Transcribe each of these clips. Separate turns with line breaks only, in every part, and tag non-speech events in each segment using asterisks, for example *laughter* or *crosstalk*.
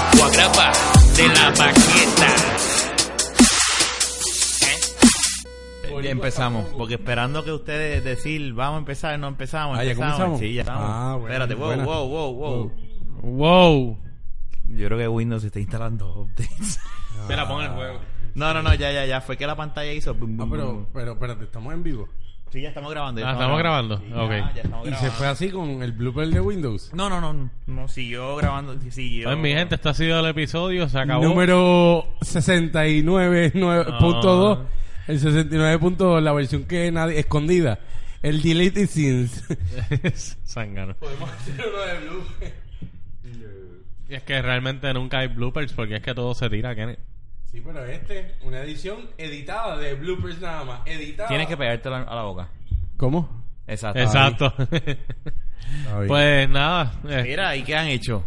¿Eh? empezamos. Porque esperando que ustedes decir, vamos a empezar, no empezamos.
Ah, ¿ya
empezamos.
comenzamos?
Sí, ya estamos.
Ah, bueno,
Espérate, wow,
buena.
wow, wow, wow.
Wow.
Yo creo que Windows está instalando updates.
*laughs*
Espera, pon el juego.
No, no, no, ya, ya, ya. Fue que la pantalla hizo. bum,
Ah,
bum,
pero,
bum.
pero espérate, estamos en vivo.
Sí, ya estamos grabando. ya
Ah, estamos grabando.
Sí, ya,
Ok.
ya estamos
Y se
grabando.
fue así con el blooper de Windows.
No, no, no. No, siguió grabando. Siguió.
Oye, mi gente, este ha sido el episodio. Se acabó.
Número 69.2.
Ah.
El 69.2, la versión que nadie. escondida. El Delete Scenes.
*laughs* Zángano.
Podemos hacer uno de blooper.
Y es que realmente nunca hay bloopers porque es que todo se tira, Kenneth.
Sí, pero este, una edición editada de bloopers nada más. Editada.
Tienes que pegarte la- a la boca.
¿Cómo?
Exacto.
Exacto. *laughs* pues nada. eh,
Mira, ¿y qué han hecho?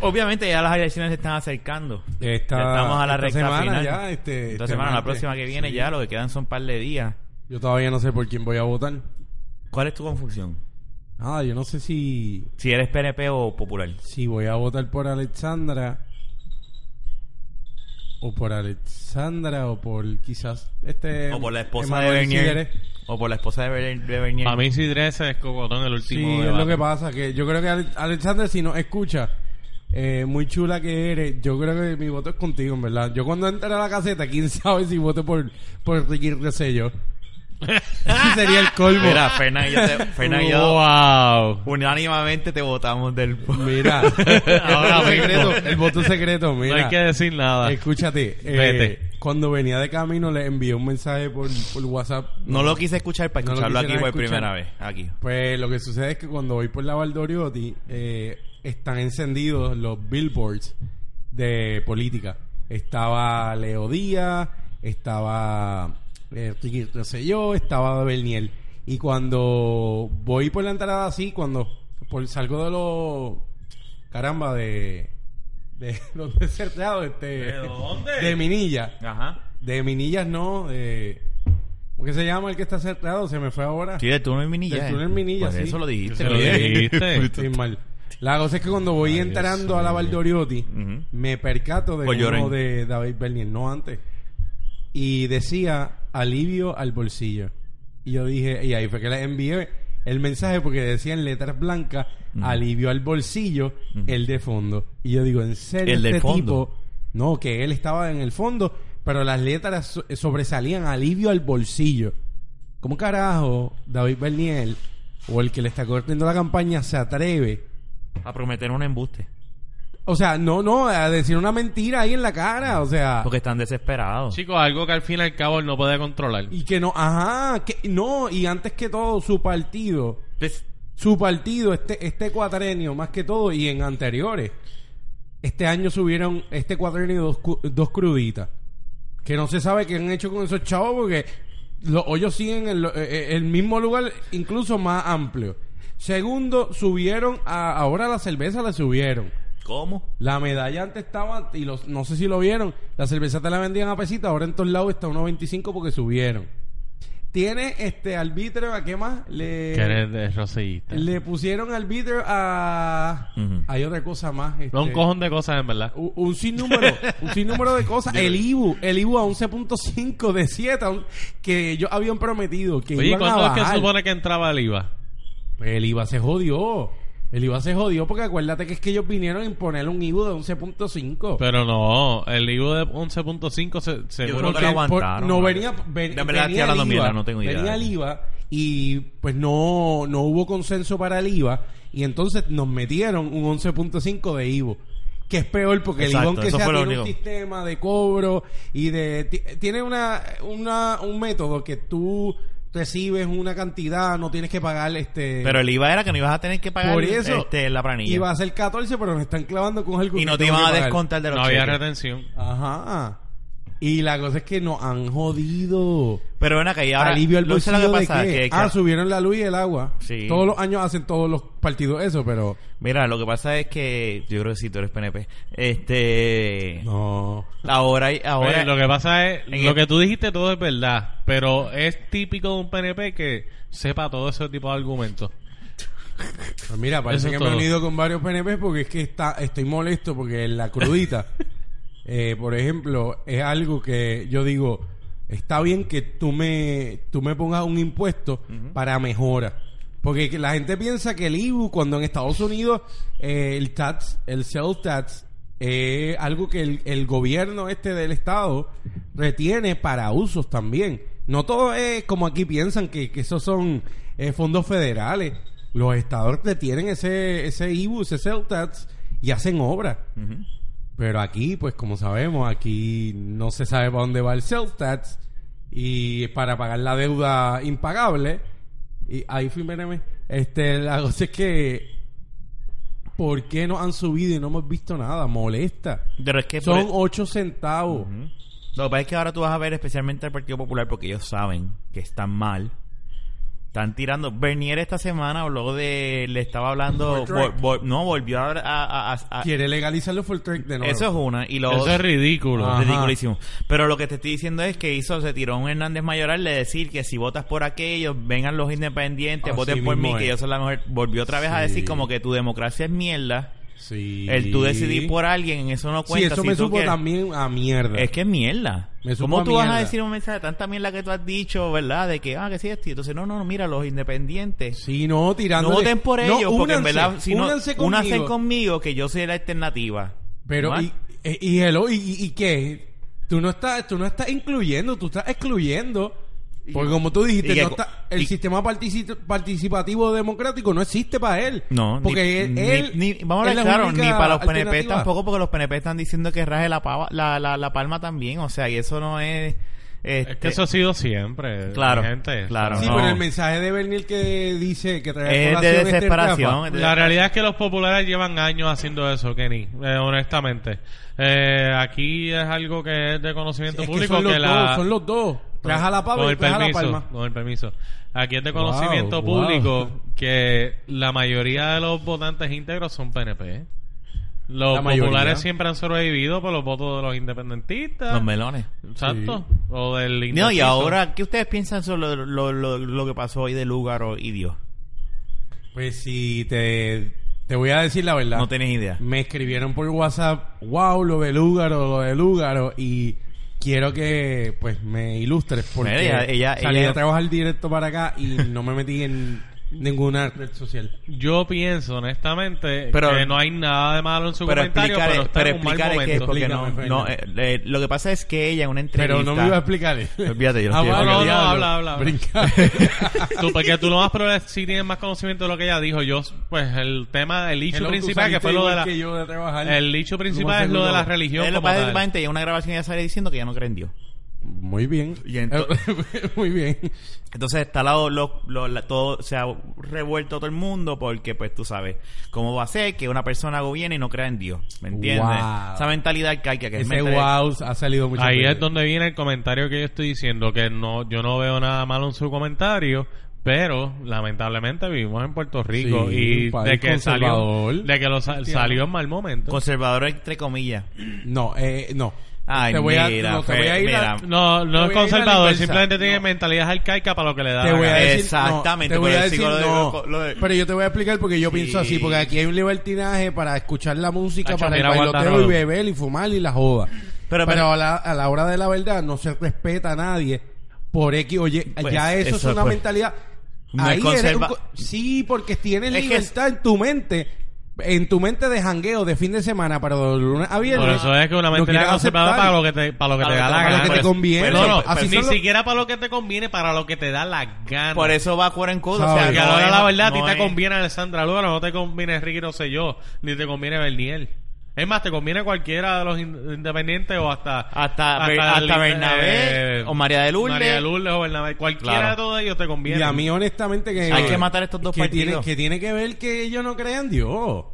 Obviamente ya las elecciones se están acercando.
Esta-
Ya estamos a la
esta
recta
semana
final.
ya, este-
Esta
este
semana, la
martes.
próxima que viene, ya lo que quedan son un par de días.
Yo todavía no sé por quién voy a votar.
¿Cuál es tu confusión?
Ah, yo no sé si.
Si eres PNP o popular.
Si voy a votar por Alexandra. O por Alexandra, o por quizás este.
O por la esposa
Emanuel
de Bernier.
Sidere.
O por la esposa de, Ber- de Bernier.
Para mí sí Dresa es Cocotón el
Sí,
último.
es lo
debate.
que pasa. que Yo creo que Ale- Alexandra, si nos escucha, eh, muy chula que eres, yo creo que mi voto es contigo, en verdad. Yo cuando entre a la caseta, quién sabe si voto por, por Ricky Rosselló. Ese sería el colmo.
*laughs*
Mira, Fernan y yo, te- Fernan y yo
¡Wow!
unánimamente te votamos del... *laughs*
Mira,
Ahora
el,
mismo.
voto secreto, el voto secreto,
No
mira.
hay que decir
Ah,
nada.
Escúchate, eh,
Vete.
cuando venía de camino le envié un mensaje por, por WhatsApp.
No lo quise escuchar para
No lo
escucharlo aquí
quisieron
por
escuchar.
primera vez. Aquí.
Pues lo que sucede es que cuando voy por la Valdoriotti eh, están encendidos los billboards de política. Estaba Leo Díaz, estaba eh, Ricky Rosselló, estaba Berniel. Y cuando voy por la entrada así, cuando por, salgo de los... Caramba, de... De *laughs* donde he cerrado este...
¿De dónde?
De Minilla.
Ajá.
De Minillas no, de... ¿Cómo que se llama el que está cerrado? Se me fue ahora.
Sí, del túnel en Minilla.
Del
eh.
túnel Minilla,
Pues
sí.
eso lo dijiste.
Eso lo dijiste.
Estoy mal. La cosa es que cuando voy entrando a la Valdoriotti,
Ujú.
me percato de
Por
uno
Lloren.
de David Bernier, no antes. Y decía alivio al bolsillo. Y yo dije, y ahí fue que le envié el mensaje porque decía en letras blancas alivio al bolsillo, el de fondo. Y yo digo, en serio,
El del
este
fondo.
tipo, no, que él estaba en el fondo, pero las letras so- eh, sobresalían alivio al bolsillo. ¿Cómo carajo David Bernier o el que le está corriendo la campaña se atreve?
A prometer un embuste.
O sea, no, no, a decir una mentira ahí en la cara, o sea...
Porque están desesperados.
Chicos, algo que al fin y al cabo él no puede controlar.
Y que no, ajá, que no, y antes que todo, su partido,
Pues,
su partido, este, este cuatrenio, más que todo, y en anteriores, este año subieron este cuatrenio dos, cu- dos cruditas. Que no se sabe qué han hecho con esos chavos porque los hoyos siguen en lo- eh, eh, el mismo lugar, incluso más amplio. Segundo, subieron a, ahora la cerveza la subieron.
¿Cómo?
La medalla antes estaba, y los, no sé si lo vieron, la cerveza te la vendían a pesita, ahora en todos lados está a 1.25 porque subieron. Tiene este arbitrio, ¿a qué más? Le,
Que eres de Rosellita.
le pusieron arbitrio a...
Ujú.
Hay otra cosa más. este,
No, un cojón de cosas, en verdad.
u- Un sinnúmero, un sinnúmero de cosas. El IBU, el IBU a 11.5 de 7, a un- que ellos habían prometido que
Oye, ¿y
iban a
¿cuándo es que se
bajar.
supone que entraba el IVA?
Pues el IVA se jodió. El IVA se jodió porque acuérdate que es que ellos vinieron a imponer un IBU de 11.5.
Pero no, el IVA de 11.5 se,
Yo
seguro
creo que lo aguantaron.
no venía, ven-
De verdad, estoy
venía el
hablando
IVA,
mierda, no tengo idea.
venía el IVA y pues no, no hubo consenso para el IVA y entonces nos metieron un 11.5 de IVA que es peor porque
Exacto,
el IVA aunque
eso
sea
fue lo
tiene un
único.
sistema de cobro y de ti- tiene una, una un método que tú recibes una cantidad, no tienes que pagar este
Pero el IVA era que no ibas a tener que pagar
por eso
este, la planilla.
iba a ser 14, pero nos están clavando con algo
y
que
no te
tengo
iban
que
a
pagar.
descontar de los
No había
cheques.
retención.
Ajá. Y la cosa es que nos han jodido.
Pero ven acá, y ahora...
alivio al
¿no sé lo
bolsillo
que
de
pasa?
qué?
Que- que-
ah, subieron la luz y el agua.
Sí.
Todos los años hacen todos los partidos eso, pero
Mira, lo que pasa es que... Yo creo que sí, tú eres PNP. Este...
no.
Ahora... hay- ahora
Oye, lo que pasa es,
en
lo
el-
que tú dijiste todo es verdad, pero es típico de un PNP que sepa todo ese tipo de argumentos.
Pues mira,
Eso
parece
es
que me
todo.
he unido con varios PNP porque es que está, estoy molesto porque en la crudita, eh, por ejemplo, es algo que yo digo, Está bien que tú me, tú me pongas un impuesto para mejora. Porque que la gente piensa que el IBU, cuando en Estados Unidos eh, el tax, el sales tax, es algo que el, el gobierno este del Estado retiene para usos también. No todo es como aquí piensan que, que esos son eh, fondos federales. Los estados retienen ese, ese IBU, ese sales tax y hacen obra.
Ujú.
Pero aquí, pues como sabemos, aquí no se sabe para dónde va el sales tax y para pagar la deuda impagable. Y ahí fui, méreme. Este, la cosa es que ¿por qué no han subido y no hemos visto nada? Molesta.
Pero es que por
Son
el-
ocho centavos.
Ujú. Lo que pasa es que ahora tú vas a ver especialmente al Partido Popular porque ellos saben que están mal. Están tirando. Bernier esta semana habló de. Le estaba hablando.
Ford Truck.
vol- vol- no, volvió a. a- a- a-
Quiere legalizar los full track de nuevo.
eso es una. Y lo
Eso es
otro-
ridículo.
Ah. Ajá.
ridiculísimo. Pero lo que te estoy diciendo es que hizo, se tiró un Hernández Mayoral de decir que si votas por aquellos, vengan los independientes,
Así
voten por mí,
Ah, mismo
que
es.
yo soy la mejor. Volvió otra vez a
Sí.
decir como que tu democracia es mierda.
Sí.
El tú decidir por alguien, eso no
Sí,
cuenta.
eso
si
me
tú
supo
quieres.
también a mierda.
Es que es mierda.
Me supo
¿Cómo
a
tú vas
mierda.
a decir un mensaje de tanta mierda que tú has dicho, verdad? De que, ah, que sí, esto. Y Entonces, no, no, mira, los independientes.
Sí, no, tirando.
no voten por ellos, porque en verdad, si no,
únanse conmigo.
únanse conmigo, que yo soy la alternativa.
Pero,
¿No?
y, eh, y, y hello, y, y- y qué? Tú no, estás, tú no estás incluyendo, tú estás excluyendo. Porque como tú dijiste,
y que-
no está- el
y-
sistema partici- participativo democrático no existe para él.
No,
porque
ni,
él,
ni- ni- vamos a hablar
él es la
claro, ni
única
para los PNP
alternativa.
tampoco, porque los PNP están diciendo que raje la, pava- la, la, la palma también, o sea, y eso no es... Este,
Es que eso ha sido siempre.
Claro,
mi gente.
claro.
Sí,
no.
pero el mensaje de Bernier que dice que trae
es
a
de
colación este
desesperación.
Rafa,
es de-
La realidad es que los populares llevan años haciendo eso, Kenny, eh, honestamente. Eh, aquí es algo que es de conocimiento
es que
público
son los
que la...
dos, son los dos. Traja la palma
con
y
el
traja la
permiso,
palma.
con el permiso. Aquí es de
Wow,
conocimiento
wow.
público que la mayoría de los votantes íntegros son PNP. Los
La mayoría.
populares siempre han sobrevivido por los votos de los independentistas.
Los melones.
Exacto.
Sí.
O del
No, y
indeciso.
ahora, ¿qué ustedes piensan sobre lo, lo, lo- lo que pasó hoy de Lugaro y Dios?
Pues si te, te voy a decir la verdad.
No tenés idea.
Me escribieron por WhatsApp, wow, lo del húgaro, lo del húgaro, y quiero que pues me ilustres porque
Mira, ella- ella-
salí
ella-
a trabajar directo para acá y no me metí en ninguna red social.
Yo pienso, honestamente,
Pero-
que no hay nada de malo en su
Pero
comentario,
explicar,
pero está
pero
en un mal
explicar es que
momento.
porque no,
Explícame,
no,
Fernan.
eh, eh, lo que pasa es que ella en una entrevista
Pero no me iba a explicar.
Olvídate, yo no
Ah,
estoy-
bueno,
no, no,
diablo.
habla, habla, habla.
*laughs* Brinca.
*laughs* Tú, porque tú lo más probable es si tienes más conocimiento de lo que ella dijo. Yo, pues, el tema, el
Hello,
hecho
tú
principal que
saliste
fue lo
igual
de la...
que yo de trabajar.
El hecho principal es
seguro.
lo de la religión
Eh, lo que
como
pasa es que
tal.
básicamente hay una grabación y ella sale diciendo que ya no cree en Dios.
Muy bien.
Y ento-
*laughs* Muy bien.
Entonces está la- lo- lo- la- todo, se ha revuelto todo el mundo porque, pues tú sabes, ¿cómo va a ser que una persona gobierne y no crea en Dios? ¿Me entiendes?
Wow.
Esa mentalidad arcaica que es
Ese
mentalidad-
wow ha salido mucho.
Ahí es donde viene el comentario que yo estoy diciendo, que no yo no veo nada malo en su comentario, pero lamentablemente vivimos en Puerto Rico
Sí,
y
un país
de que salió
conservador.
de que lo sa- salió en mal momento.
Conservador, entre comillas.
No, eh, no.
Ay,
te voy a,
mira,
no, te voy a ir a-
mira.
no,
Te voy
no
a
es
ir a la
conservador,
inversa.
simplemente tiene
No.
mentalidad arcaica para lo que le da.
Te
la
voy a
gana.
ganar.
decir,
Exactamente,
no, te voy
pero
a
el
decir
psicólogo
no.
dijo co- lo de-
Pero yo te voy a explicar porque yo
Sí.
pienso así, porque aquí hay un libertinaje para escuchar la música,
Tacho,
para el
mira,
bailoteo y
Guantanamo.
beber y fumar y la joda. Pero,
Pero- pero-
a, la, a la hora de la verdad no se respeta a nadie por X oye,
Pues,
ya eso,
eso,
es una
pues,
mentalidad.
no
Ahí
es
eres un
conserva-
co- sí, porque tienes
Es que es-
libertad en tu mente. En tu mente de jangueo de fin de semana para de lunes a viernes.
Por eso es que una
no
mentalidad
quieres
conservadora
aceptar.
para lo que te, para lo que
Para
te
lo
da
que-
la
para lo
gana.
que te
conviene.
No, no,
Así
ni
son los-
siquiera para lo que te conviene, para lo que te da la gana.
Por eso va a en codo. O
Sabe.
sea,
Porque
no
ahora
es-
la verdad, a
no
ti
es-
te conviene Alessandra Lora, no te conviene Ricky Rosselló, ni te conviene Bernier. Es más, te conviene cualquiera de los in- independientes o hasta...
Hasta Ber-
el-
hasta Bernabé, o María de Lourdes.
María de Lourdes o Bernabé. Cualquiera
Claro.
de todos ellos te conviene.
Y a mí, honestamente, que.
Hay que matar estos dos
que Tiene,
partidos.
que tiene que ver que ellos no crean Dios.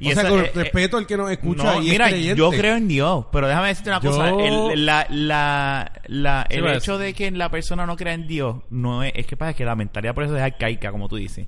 Y
o sea,
esa-
con
eh, eh,
respeto al que nos escucha
No,
y es
mira,
creyente.
yo creo en Dios, pero déjame decirte una
Yo-
cosa. El, la, la, la-
Sí,
el
pues.
hecho de que la persona no crea en Dios, no es, es que pasa que la mentalidad por eso es arcaica, como tú dices.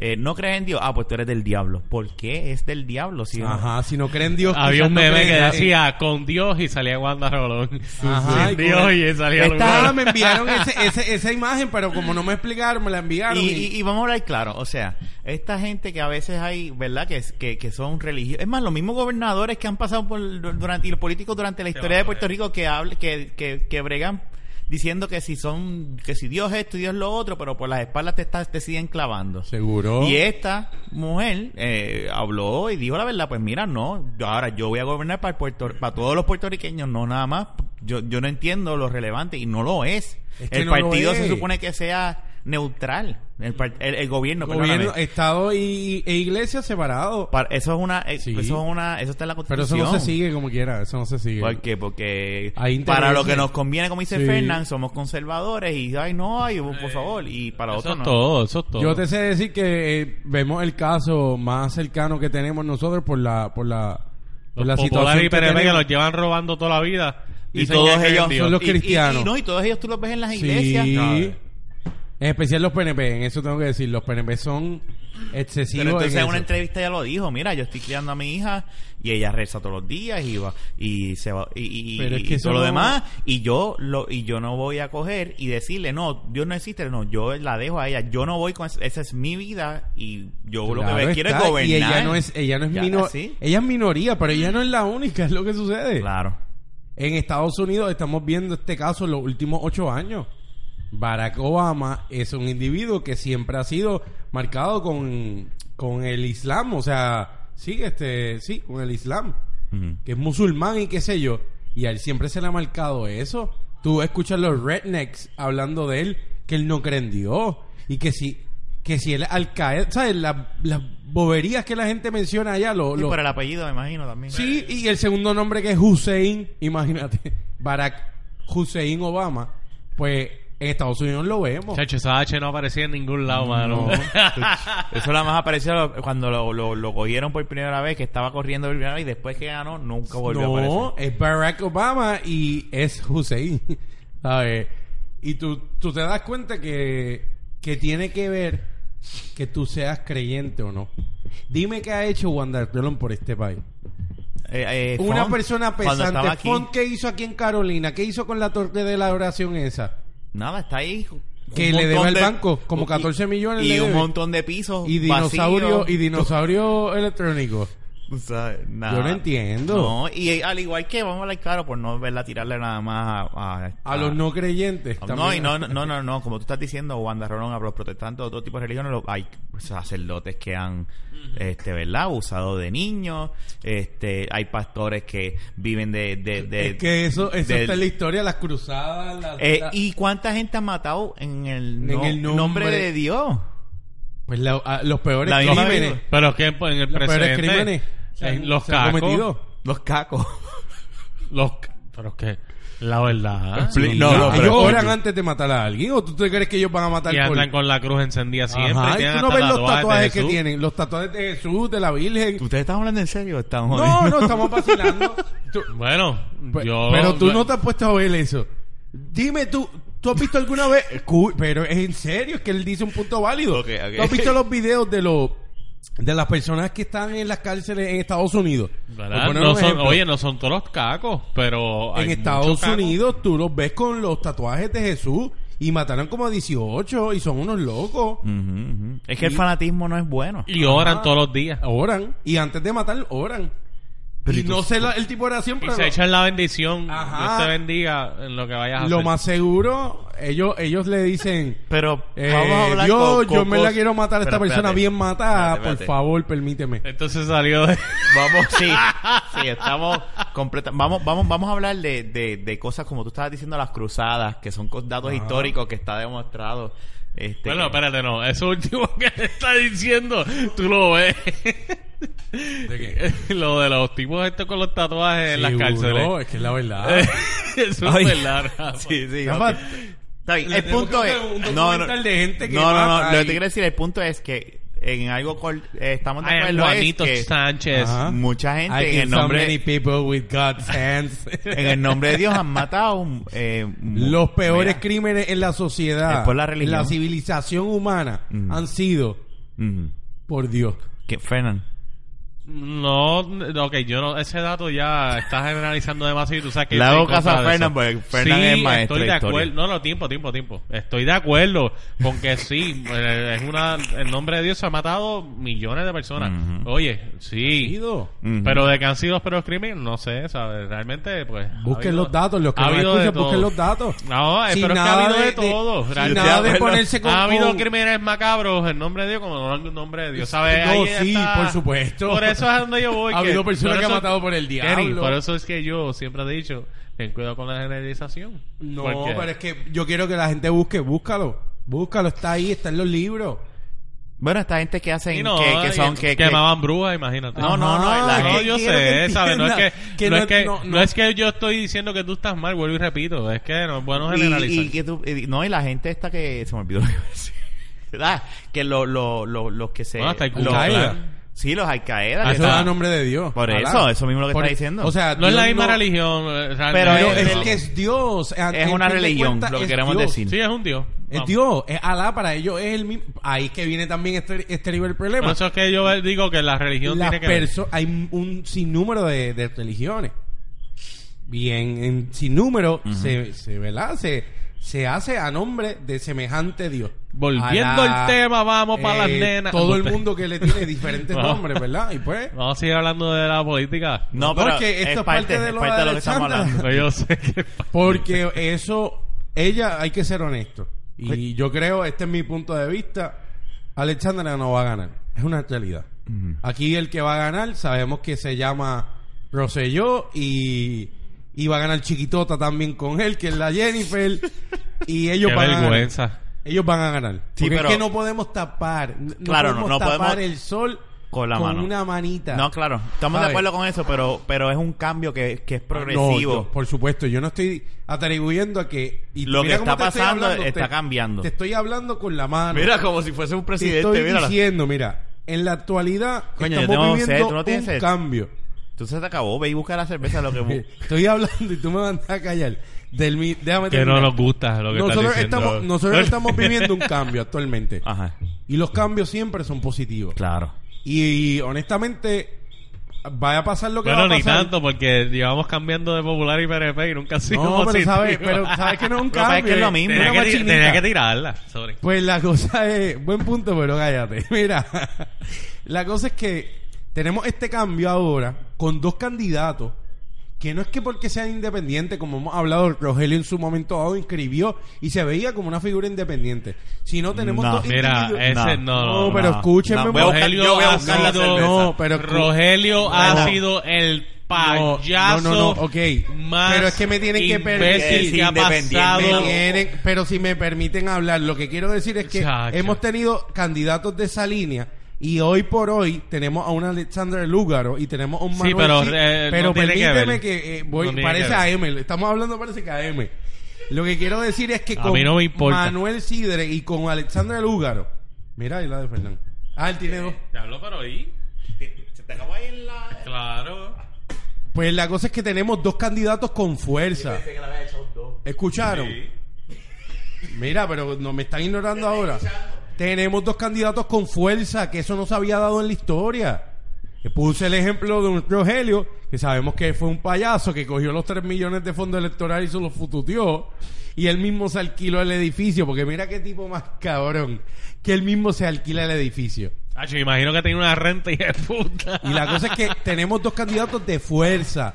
Eh, no crees en Dios, ah, pues tú eres del diablo. ¿Por qué es del diablo? Si no-
Ajá, si no creen en Dios.
Había
quizás
un
no
meme
creen
que
en-
decía con Dios y salía Wanda Rolón. *laughs*
Ajá, y
Sin Dios
con-
y salía
Esta,
Lugaro.
me enviaron ese- ese- esa imagen, pero como no me explicaron, me la enviaron.
Y, y- y vamos a hablar claro, o sea, esta gente que a veces hay, ¿verdad? Que, es- que, que son religiosos. Es más, los mismos gobernadores que han pasado por durante y los políticos durante la historia de Puerto Rico que, habl- que, que, que bregan diciendo que si son, que si Dios esto y Dios lo otro, pero por las espaldas te, estás te siguen clavando.
Seguro.
Y esta mujer eh, habló y dijo la verdad, pues mira, no, yo- ahora yo voy a gobernar para, el Puerto, para todos los puertorriqueños, no nada más. Yo, yo no entiendo lo relevante y no lo es.
Es que
el
no lo
partido
es.
se supone que sea neutral, el, par- el- el gobierno,
Gobierno, eh.
perdóname.
Estado y, e iglesia separados.
Pa- Eso es una, eh,
Sí.
eso es una, eso está en la
Pero
constitución.
eso no se sigue como quiera, eso no se sigue.
¿Por qué? Porque
Hay
para lo
intereses.
que nos conviene, como dice
Sí.
Fernán, somos conservadores y, ay, no, ay, por favor, y para
Eh, Eso
otros
es
no.
todo, eso es todo.
Yo te sé decir que eh, vemos el caso más cercano que tenemos nosotros por la por la por Pues la
los
situación
populares y
que
PNP que
tenemos.
los llevan robando toda la vida.
Y
Dicen
todos
que creen en
ellos
Dios.
son los
y- y-
cristianos.
Y, no, y todos ellos tú los ves en las iglesias.
Sí.
Claro.
En especial los PNP, en eso tengo que decir, los PNP son excesivos.
Pero entonces
en
en una
eso.
entrevista ella lo dijo, mira, yo estoy criando a mi hija y ella reza todos los días y va y se va y, y- y-
Pero es que
y
eso
todo lo
no-
demás y yo lo y yo no voy a coger y decirle, no, Dios no existe, no, yo la dejo a ella, yo no voy con es- esa es mi vida y yo lo
Claro
que me quiero es
está,
gobernar.
Y ella no es, ella no Eh. es
Ya,
mino-
¿sí?
ella es minoría, pero ella no es la única, es lo que sucede.
Claro.
En Estados Unidos estamos viendo este caso en los últimos ocho años. Barack Obama es un individuo que siempre ha sido marcado con, con el Islam, o sea, sí, este, sí, con el Islam,
Ujú.
que es musulmán y qué sé yo, y a él siempre se le ha marcado eso. Tú escuchas los rednecks hablando de él, que él no cree en Dios, y que si, que si él es al caer, ¿sabes? Las, las boberías que la gente menciona allá, lo,
Y
lo-
por el apellido, me imagino también.
Sí, y el segundo nombre que es Hussein, imagínate, *laughs* Barack Hussein Obama, pues en Estados Unidos lo vemos.
Chacho, esa H no aparecía en ningún lado,
No.
mano.
Eso la más apareció lo- cuando lo, lo, lo cogieron por primera vez, que estaba corriendo por primera vez y después que ganó, nunca *laughs* volvió a
No,
aparecer.
es Barack Obama y es Hussein, *laughs* ¿sabes? Y tú, tú te das cuenta que, que tiene que ver que tú seas creyente o no. Dime qué ha hecho Wanda Colón por este país.
Eh, eh,
Una
Font,
persona
cuando estaba
pesante.
aquí,
Font, ¿qué hizo aquí en Carolina? ¿Qué hizo con la torre de la oración esa?
Nada, está ahí. Un
Que le
montón
debe al
de-
banco, como 14 millones
Y
le
un
debe.
montón de pisos.
Y dinosaurio,
vacíos.
y dinosaurio electrónico.
O sea, nada.
Yo no entiendo.
No, y eh, al igual que vamos a hablar claro por no verla tirarle nada más a. a-
A los no creyentes.
Ah. No, y
también.
no, no, no, no, no, como tú estás diciendo, Wanda Rolón, a los protestantes, otro tipo de religiones, los- hay sacerdotes que han, este, ¿verdad?, abusado de niños, este, hay pastores que viven de... de, de-
Es que eso, eso
eh, del-
está en la historia, las cruzadas. las-
Eh,
la-
¿Y cuánta gente han matado en el, no-
En el nombre-
nombre, de Dios?
Pues la- a- los peores
La misma
crímenes.
vida.
Pero es que en el
Los peores
presente.
crímenes. se
en
han-
los
se han
cacos.
cometido.
Los
*laughs*
cacos.
Los, ca- pero es que. La verdad.
Sí,
y-
no,
Ah,
no, pero-
ellos oran antes de matar a alguien. ¿O tú te crees que ellos van a matar
Y andan
por-
con la cruz encendida siempre.
Ajá, y
tienen
tú no
hasta
ves los
tatuajes de
tatuajes que
Jesús.
tienen. Los tatuajes de Jesús, de la Virgen.
¿Ustedes están hablando en serio? o Están
No,
jodiendo?
no, estamos vacilando. Tú-
Bueno,
Pe-
yo.
Pues, pero tú no te has puesto a ver eso. Dime tú, ¿tú has visto alguna vez? *laughs* Cu- Pero es en serio, es que él dice un punto válido.
Ok, ok.
¿Tú
*laughs*
has visto los videos de los de las personas que están en las cárceles en Estados Unidos?
¿Verdad?
Por poner
No
un
son-
ejemplo,
oye, no son todos los cacos, pero. hay
en
muchos
Estados
cacos.
Unidos tú los ves con los tatuajes de Jesús y mataron como a 18 y son unos locos.
Ujú, ujú. Es que el fanatismo no es bueno.
Y oran
Ajá.
todos los días.
Oran y antes de matar oran.
Pero
y
¿y tú-
no sé la- el tipo de oración,
Y
pero
se echan la bendición.
Ajá.
Dios te bendiga en lo que vayas a hacer.
lo más seguro ellos ellos le dicen
Pero
Eh,
vamos a hablar
Dios,
con- con
yo me la
cosas-
quiero matar a esta
Pero
persona
espérate.
bien matada.
Espérate, espérate.
Por
*laughs*
favor, permíteme.
Entonces salió
*laughs*
de.
Vamos,
*laughs*
sí, sí, estamos completa. Vamos, vamos, vamos a hablar de, de, de cosas como tú estabas diciendo, las cruzadas, que son cos- datos históricos que está demostrado. Este,
Bueno,
que-
espérate, no. Eso último *laughs* que te está diciendo, tú lo ves. *laughs* lo de los tipos estos con los tatuajes en las
Seguro,
cárceles.
es que es
*laughs*
la verdad.
*laughs*
Eso
Ay.
es verdad, Rafa.
*laughs* Sí, sí,
Rafa,
ok. Está bien,
le
El
tenemos
punto
que
es.
hacer un
No, no,
documental de gente que
no, no, no,
mata
Lo
y-
que te quiero decir, el punto es que en algo col- eh, estamos de
Ay,
acuerdo es
Juanito
que
Sánchez.
Ajá.
mucha gente
I
en el
kill so
nombre
many people with God's hands.
*laughs*
*laughs*
en el nombre de Dios han matado eh, mu-
Los peores
mira.
crímenes en la sociedad,
Es por la
en
religión.
la civilización humana,
Mm.
han sido
Ujú.
por Dios.
que Fernan
No, ok, yo no, ese dato ya está generalizando demasiado y tú sabes que...
Le
yo
hago
estoy en
caso a
contra de eso.
Fernan, porque Fernan pues, es maestro
estoy
de
de
historia.
acuerdo. No, no, tiempo, tiempo, tiempo. Estoy de acuerdo con que sí, *laughs* eh, es una... El nombre de Dios se ha matado millones de personas.
Ujú.
Oye, sí.
Ido.
Ujú.
Pero de que han sido los peores crímenes, no sé, ¿sabes? Realmente, pues... ha
Busquen
habido-
los datos, los que
ha
no
habido de
escuchan,
todo.
busquen los datos.
No, eh,
Sin
pero es que ha
nada
habido de,
de- de-
todo.
sin
realmente. *laughs*
nada de
Bueno,
ponerse con...
Ha habido
con-
crímenes macabros en nombre de Dios, como no hay un nombre de Dios, ¿sabes?
No,
Ahí
sí,
está-
por supuesto.
Por eso es a donde yo voy.
*laughs* Ha
que-
habido personas
por
que han
eso-
matado por el
Kenny,
diablo.
por eso es que yo siempre he dicho, ten cuidado con la generalización.
No,
Porque-
pero es que yo quiero que la gente busque, búscalo. Búscalo, está ahí, está en los libros.
Bueno, esta gente que hacen
Y no,
que, que son
y-
que, que-
quemaban brujas, imagínate.
No, no, no, la
Ajá.
gente-
No, yo
Quiero que
sé, ¿sabes? No es que, no,
entiendan
es que
no-
no
no-
es que yo estoy diciendo que tú estás mal, vuelvo y repito, es que no es bueno
y,
generalizar.
y que tú- y- no, y la gente esta que se me olvidó. lo que iba a decir. *laughs* ¿Verdad? Que lo- lo- lo- los que se
Bueno, hasta el
los-
Ku Klux
Al-Qaeda.
Klan.
Sí, los Al-Qaeda. que
Eso
son-
da nombre de Dios.
Por
Alá.
eso, eso mismo lo que
Por-
está diciendo.
O sea,
e- No es la
Dios
misma religión, eh,
Pero
Pero
realmente,
es
no.
que es Dios. Es,
Es una religión, lo que queremos decir.
Sí, es un dios.
Es
Vamos.
Dios, es Alá, para ellos es el mismo. Ahí es que viene también este, este nivel
Por
problema.
eso es que yo digo que la religión
Las
tiene que ver.
perso- hay un sinnúmero de, de religiones. Bien, en sinnúmero se, se, ¿verdad? se se hace a nombre de semejante Dios.
Volviendo
Alá,
al tema, vamos para las
eh,
nenas.
Todo el
Usted-
mundo que le tiene diferentes
*laughs* Vamos.
nombres, ¿verdad? Y pues,
Vamos a seguir hablando de la política.
no,
no,
pero
es que esto
es
es
parte,
parte de
es
lo
parte de lo que
de
estamos
Alexandra.
hablando.
Pero yo sé que...
porque eso, ella, hay que ser honesto.
Pues
Y yo creo, este es mi punto de vista, Alexandra no va a ganar. Es una realidad. Aquí el que va a ganar, sabemos que se llama Rosselló y, y va a ganar Chiquitota también con él, que es
*laughs*
la Jennifer. y ellos
Qué
van a ganar.
vergüenza.
Ellos van a ganar.
Sí,
Porque
pero-
es que no podemos tapar. n- No
Claro, no,
podemos
no
tapar
podemos-
el sol
Con la mano.
una manita.
No, claro. Estamos de
¿Sabes?
acuerdo con eso, pero, pero es un cambio que, que es progresivo.
No, yo- por supuesto, yo no estoy atribuyendo a que. y
Lo
mira
que
cómo
está
te estoy
pasando
hablando,
está
te-
cambiando.
Te estoy hablando con la mano.
Mira, como si fuese un
te
presidente.
estoy
mírala.
diciendo, mira, en la actualidad
Coño, yo tengo
estamos
sed,
viviendo
¿tú no tienes
un
sed?
cambio. Eh,
Entonces se acabó. Ve y busca la cerveza. *laughs* Lo que bu-
Estoy hablando y tú me vas a callar. Del, mi- déjame
Que no
terminar.
nos gusta lo que estás
nosotros
diciendo.
estamos, nosotros
*laughs*
*laughs*
estamos viviendo un cambio actualmente.
Ajá.
Y los cambios siempre son positivos.
Ah. Claro.
Y, honestamente, vaya a pasar lo que
Bueno,
va a
ni
pasar.
tanto, porque llevamos cambiando de popular y PRP y nunca ha sido
No, pero
positivo.
sabes, pero
*laughs*
sabes que no es un
Pero parece
cambio.
que es lo mismo.
Tenía
una
que, ti-
machinita.
tenía que tirarla. Sorry.
Pues la cosa *laughs* es, buen punto, pero cállate. *laughs* Mira, la cosa es que tenemos este cambio ahora con dos candidatos que no es que porque sean independientes, como hemos hablado, Rogelio en su momento dado inscribió y se veía como una figura independiente, sino tenemos
No,
dos
Mira,
individuos-
ese
No.
no, no,
No, pero
no.
escúchenme,
No,
un
voy a buscar-
Rogelio
momento.
yo voy a
ha
buscar la
sido-
cerveza.
No, pero-
Rogelio ha
No.
sido el
No,
payaso
no, no, no, ok.
más
Pero es que me tienen que permitir-
imbécil que ha
Independiente,
pasado
no.
Tienen- pero si me permiten hablar, lo que quiero decir es que
Chacho.
hemos tenido candidatos de esa línea y hoy por hoy tenemos a un Alexander Lúgaro y tenemos a un
Sí,
Manuel
pero, eh,
Cid.
no tiene
pero
que
permíteme
ver.
que, eh, voy,
No tiene
parece
que ver.
a M, estamos hablando parece que a M. Lo que quiero decir es que
A
con
mí no me importa.
Manuel Sidre y con Alexander Lúgaro, mira ahí la de Fernando. Ah, él tiene dos.
Te habló pero ahí.
Se te acabó ahí en la.
Claro.
Pues la cosa es que tenemos dos candidatos con fuerza.
que la había echado dos.
¿Escucharon? Mira, pero no me están ignorando ahora. Tenemos dos candidatos con fuerza, que eso no se había dado en la historia. Que Puse el ejemplo de un Rogelio, que sabemos que fue un payaso que cogió los 3 millones de fondos electorales y se los fututeó. Y él mismo se alquiló el edificio, porque mira qué tipo más cabrón, que él mismo se alquila el edificio.
Hacho, me imagino que tiene una renta y de puta.
Y la cosa es
*laughs*
que tenemos dos candidatos de fuerza.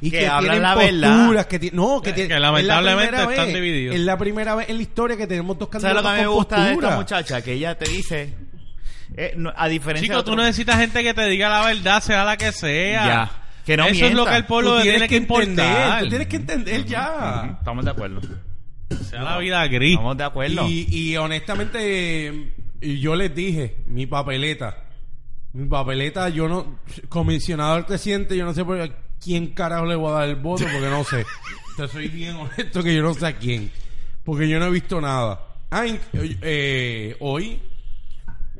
Y
Que
que,
hablan
tienen
la verdad.
posturas, que ti- no, que,
Que-
tienen-
que
es la
lamentablemente
primera
están
vez-
divididos.
Es la primera vez en la historia que tenemos dos
¿Sabes lo
candidatos
que a mí me
con
gusta de esta
postura.
muchacha? Que ella te dice. eh, no, a diferencia
Chicos,
de
tú
otro-
necesitas gente que te diga la verdad, sea la que sea.
Ya. Que no
Eso es lo
mienta.
que el pueblo
Tú
le tiene
tienes
que,
entender,
importar.
tú tienes que entender ya.
Estamos de acuerdo.
Sea la vida gris.
Estamos de acuerdo.
Y, y honestamente, y yo les dije, mi papeleta, mi papeleta, yo no, comisionador creciente, yo no sé por a quién carajo le voy a dar el voto, porque no sé. Te soy bien honesto que yo no sé a quién, porque yo no he visto nada. Ah, en- eh, hoy,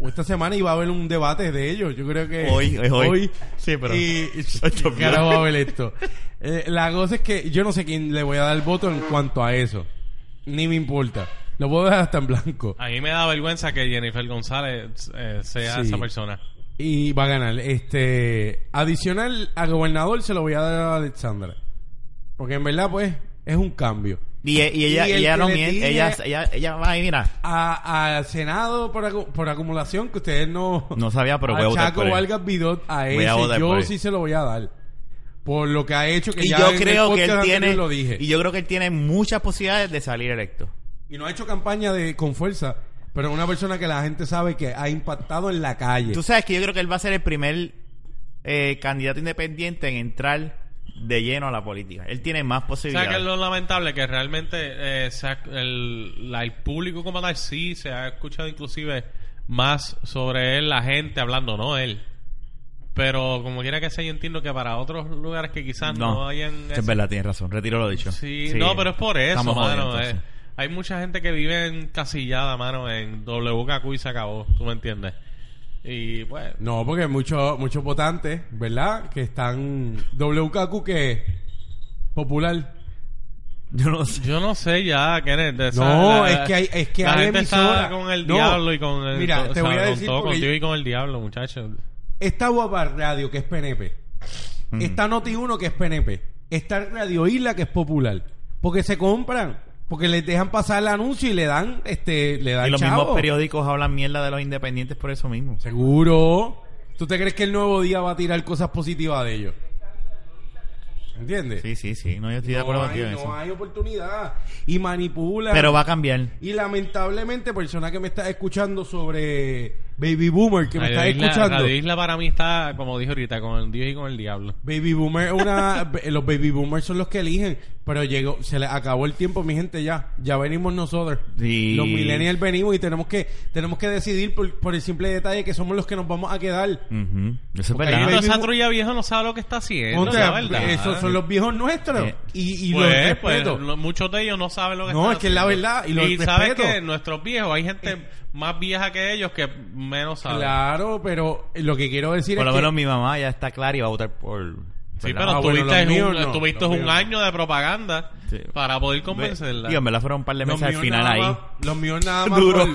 o esta semana iba a haber un debate de ellos, yo creo que...
Hoy, es hoy. Sí, pero-
Y,
*laughs* Ay, Dios mío.
¿qué carajo va a haber esto? Eh, la cosa es que yo no sé quién le voy a dar el voto en cuanto a eso. Ni me importa. Lo puedo dejar hasta en blanco.
A mí me da vergüenza que Jennifer González eh, sea
Sí.
esa persona.
Y va a ganar. Este, adicional a gobernador se lo voy a dar a Alexandra. Porque en verdad, pues, es un cambio.
Y, e- y ella,
Y el
ella
que
no
le
miente,
tire-
ella, ella, ella va y mira.
A, a Senado por, acu- por acumulación, que ustedes no...
No sabía, pero
a
voy a votar
Chaco
por él.
Vargas Vidot, a
Voy a
ese
votar por
yo
él.
sí se lo voy a dar. Por lo que ha hecho que
Y
ya
yo
en el
creo que él
podcast
tiene,
anterior lo dije.
y yo creo que él tiene muchas posibilidades de salir electo.
Y no ha hecho campaña de con fuerza, pero es una persona que la gente sabe que ha impactado en la calle.
Tú sabes que yo creo que él va a ser el primer eh, candidato independiente en entrar de lleno a la política. Él tiene más
O sea, que
posibilidades.
es lo lamentable que realmente eh, se ha- el, la- el público como tal sí se ha escuchado inclusive más sobre él, la gente hablando, no él. Pero como quiera que sea, yo entiendo que para otros lugares que quizás no, hayan...
es
ese-
verdad, tienes razón. Retiro lo dicho.
Sí, no, pero es por eso,
estamos
mano.
jodidos,
eh.
entonces.
hay mucha gente que vive encasillada, mano, en WKQ y se acabó, ¿tú me entiendes? Y pues...
No, porque hay muchos muchos votantes, ¿verdad? Que están WKQ que es popular.
Yo no sé.
Yo no sé ya, Kenneth. de esa-
No,
la-
es que hay- es que
la
hay
gente
emisoras.
está con el
No.
diablo y con el,
Mira,
to-
te voy a
con
decir
todo,
porque
contigo
yo-
y con el diablo, muchachos.
Está Guapa Radio que es PNP.
Mm.
Está Noti1 que es PNP. Está Radio Isla que es popular. Porque se compran, porque les dejan pasar el anuncio y le dan este le dan
Y los
chavo.
mismos periódicos hablan mierda de los independientes por eso mismo.
Seguro. ¿Tú te crees que el nuevo día va a tirar cosas positivas de ellos? ¿Entiendes?
Sí, sí, sí. No, yo estoy de acuerdo
no, hay,
contigo en
no
eso.
hay oportunidad. Y manipula.
Pero va a cambiar.
Y lamentablemente, persona que me está escuchando sobre Baby Boomer, que me
Radio
está
Isla-
escuchando.
Radio Isla para mí está, como dije ahorita, con el Dios y con el diablo.
Baby Boomer es una *laughs* b- los Baby Boomers son los que eligen, pero llegó se les acabó el tiempo, mi gente ya, ya venimos nosotros.
Sí.
Los millennials venimos y tenemos que tenemos que decidir por, por el simple detalle que somos los que nos vamos a quedar.
Ujú. Eso es
Porque
verdad.
ahí
Pero
baby
esa
bu-
trulla vieja no sabe lo que está haciendo,
Ponte,
la verdad.
esos son los viejos nuestros
Eh.
y, y
Pues,
los
pues,
respeto.
lo- muchos de ellos no saben lo que
No,
están
es que es la
haciendo.
verdad, y los
Y sabes
respeto.
que nuestros viejos, hay gente más vieja que ellos que menos sabe.
claro, pero lo que quiero decir
Por lo
es que
menos mi mamá ya está clara y va a votar por.
Sí,
¿verdad?
pero
Ah, bueno,
tuviste
los míos
un,
no,
tuviste
los
un
míos no.
año de propaganda
Sí.
para poder
Ve-
convencerla.
Digo, en verdad fueron un par de
los
meses al
míos
final
nada
ahí.
más- los míos nada más
Duro.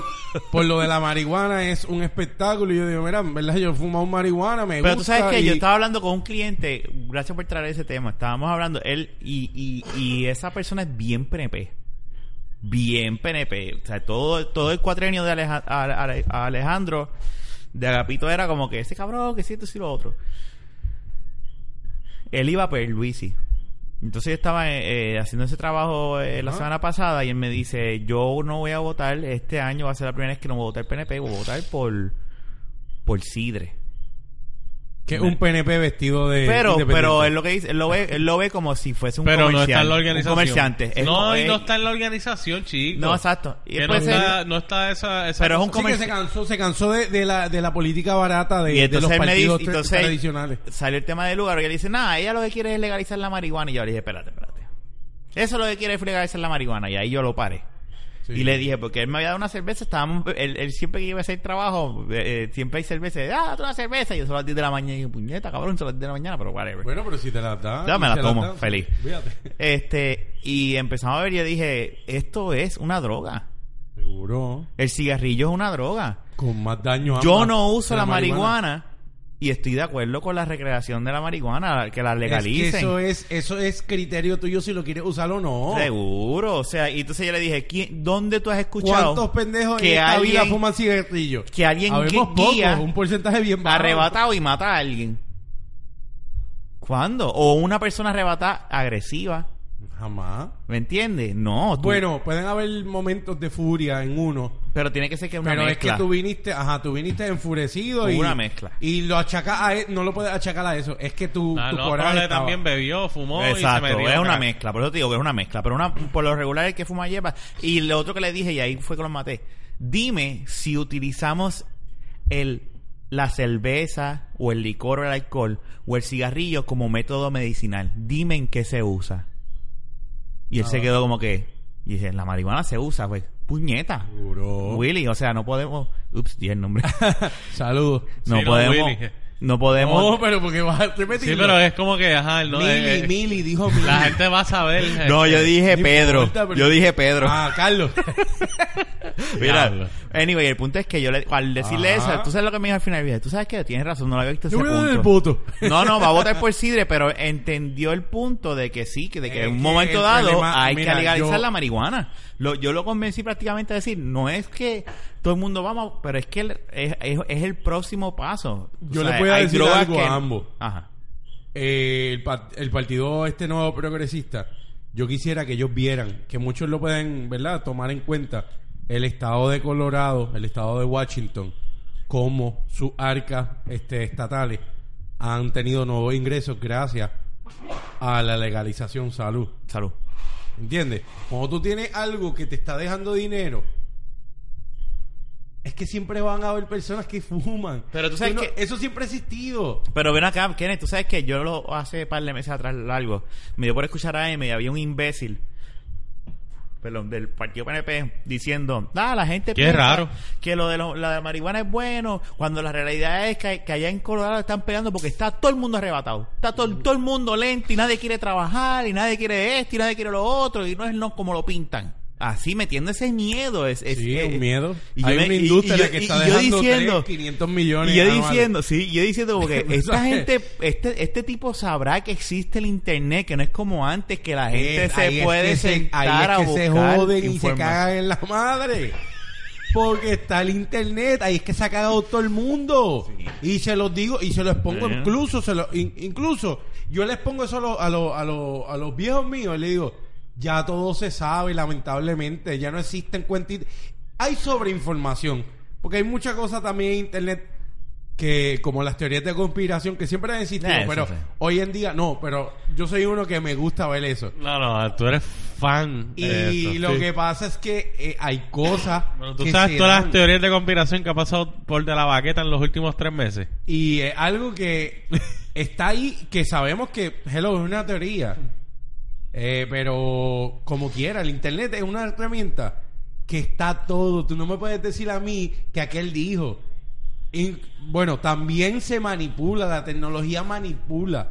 Por, por lo de la marihuana es un espectáculo y yo digo, mira, en verdad yo he fumado marihuana, me
Pero tú
gusta
sabes que
y-
yo estaba hablando con un cliente, gracias por traer ese tema, estábamos hablando, él y, y, y esa persona es bien PNP, bien PNP, o sea, todo, todo el cuatrenio de Aleja- a- a- a Alejandro, de Agapito era como que ese cabrón, que si esto, si lo otro. Él iba por Luisi. Entonces yo estaba eh, eh, haciendo ese trabajo eh, la
Ajá.
semana pasada y él me dice, yo no voy a votar, este año va a ser la primera vez que no voy a votar PNP, voy a votar por, por Sidre.
Que es un PNP vestido de.
Pero,
independiente.
pero él lo que dice, él lo ve, él lo ve como si fuese un
Eh, pero no
comerciante.
está en la
Un
organización.
comerciante. Es-
no, y
es-
no está en la organización, chico.
No, exacto. Y
Que no,
puede ser-
está, no está esa, esa
Pero es un
cosa.
Sí que se cansó, se cansó de, de la, de la política barata
y
de, de los
entonces él me
partidos
dice,
tra-
entonces
tradicionales.
salió el tema del lugar y él dice, nada, ella lo que quiere es legalizar la marihuana. Y yo le dije, espérate, espérate. Eso es lo que quiere es legalizar la marihuana. Y ahí yo lo paré.
Sí.
Y le dije, porque él me había dado una cerveza, estábamos, él, él siempre que iba a hacer trabajo, eh, eh, siempre hay cerveza, ah, date una cerveza, y yo solo a las 10 de la mañana, y yo, puñeta, cabrón, solo a las 10 de la mañana, pero whatever.
Bueno, pero si te la da.
Ya me la
te
tomo,
da,
feliz.
Fíjate.
Este, y empezamos a ver y yo dije, esto es una droga.
Seguro.
El cigarrillo es una droga.
Con más daño. a
Yo
más
no uso
que
la, marihuana. y estoy de acuerdo con la recreación de la marihuana, que la legalicen.
Es que eso, es, eso es criterio tuyo si lo quieres usar o no.
Seguro, o sea, y entonces yo le dije, ¿quién- ¿dónde tú has escuchado
¿Cuántos pendejos en
que
esta vida
alguien
fuman cigarrillos?
que alguien
Habemos
gui-
pocos,
guía-
un porcentaje bien bajo.
arrebatado y mata a alguien? ¿Cuándo? O una persona arrebatada agresiva,
Jamás.
¿me entiendes? No, tú-
Bueno, pueden haber momentos de furia en uno,
pero tiene que ser que una
Pero
mezcla.
es que tú viniste, ajá, tú viniste enfurecido
Hubo
y
una mezcla.
Y lo achacas a e- no lo puedes achacar a eso, es que tu,
Ah,
tu
no,
coraje
Pablo
estaba-
también bebió, fumó
Exacto,
y se metió.
es una
acá.
mezcla, por eso te digo que es una mezcla, pero una por lo regular el que fuma hierba. Y lo otro que le dije, y ahí fue que lo maté, dime si utilizamos el la cerveza o el licor o el alcohol o el cigarrillo como método medicinal. Dime en qué se usa. Y él
Ah.
se quedó como que, y dije, la marihuana se usa, pues, puñeta.
Oh.
Seguro.
Willy, o sea, no podemos... Ups, dije
*laughs*
el nombre.
Saludos.
No
Sí, no,
podemos...
Willy.
No podemos...
No, pero porque vas a repetir.
Sí, pero es como que, ajá, no,
Mili,
eh, eh,
Mili dijo Mili.
la gente va a saber. eh,
No, yo
eh,
dije
No
Pedro.
Ah,
importa,
*laughs*
pero-
Yo dije Pedro.
Ah, Carlos.
Mira,
Diablo.
anyway, el punto es que yo le, al decirle
Ajá.
eso, tú sabes lo que me dijo al final, dije, tú sabes que tienes razón, no lo había visto ese
Yo voy a dar el
punto.
voto.
No, no, va a votar
*laughs*
por Sidre, pero entendió el punto de que sí, que de que
Es
en un
que
momento
el
dado
problema-
hay
mira,
que legalizar
yo-
la marihuana. Lo, yo lo convencí prácticamente a decir, no es que todo el mundo vamos, pero es que el- es, es- es el próximo paso. Tú
Yo le
sabes,
voy a
hay
decir
drogas
algo
que-
a ambos.
Ajá.
Eh, el, pa- el partido este nuevo progresista, yo quisiera que ellos vieran, que muchos lo pueden, ¿verdad?, tomar en cuenta el estado de Colorado, el estado de Washington, como sus arcas este, estatales han tenido nuevos ingresos gracias a la legalización salud.
Salud.
¿Entiendes? Cuando tú tienes algo que te está dejando dinero, es que siempre van a haber personas que fuman.
Pero tú sabes
no-
que-
Eso siempre ha existido.
Pero ven acá, Kenneth, tú sabes que yo lo hace par de meses atrás largo. Me dio por escuchar a M y había un imbécil, perdón, del partido PNP diciendo, ah, la gente
Qué
piensa
raro.
que lo de lo- la marihuana es bueno, cuando la realidad es que, que allá en Colorado están peleando porque está todo el mundo arrebatado. Está todo, todo el mundo lento y nadie quiere trabajar y nadie quiere esto y nadie quiere lo otro y no es no como lo pintan. Así metiendo ese miedo es, es-
Sí,
es-
un miedo.
y yo
Hay
me-
una
y- y
industria
yo-
que
y-
está
y yo
dejando
diciendo-
3, 500 millones.
Y yo
anuales.
diciendo, sí, yo diciendo como
*laughs*
que
Tú
esta
sabes.
gente, este, este tipo sabrá que existe el internet, que no es como antes, que la gente
Es- ahí
se
es
puede
que se-
sentar
ahí es
a
que
buscar
se joden y se
información.
cagan en la madre. Porque está el internet, ahí es que se ha cagado todo el mundo. Y se los digo, y se los pongo,
Sí.
incluso, se lo- in- incluso, yo les pongo eso a, los- a, los- a los- a los viejos míos, y les digo, ya todo se sabe, lamentablemente, ya no existen cuentitas. Hay sobreinformación, porque hay mucha cosa también en internet que, como las teorías de conspiración, que siempre han existido,
Eh, eso
pero
sí.
hoy en día, no, pero yo soy uno que me gusta ver eso.
No, no, tú eres fan.
Y
de esto,
lo
sí.
que pasa es que eh, hay cosas.
Bueno, tú
que
sabes
se
todas
dan.
las teorías de conspiración que ha pasado por de la baqueta en los últimos tres meses.
Y eh, algo que está ahí, que sabemos que, hello, es una teoría. Eh, pero como quiera, el internet es una herramienta que está todo. Tú no me puedes decir a mí que aquel dijo. Y, bueno, también se manipula, la tecnología manipula.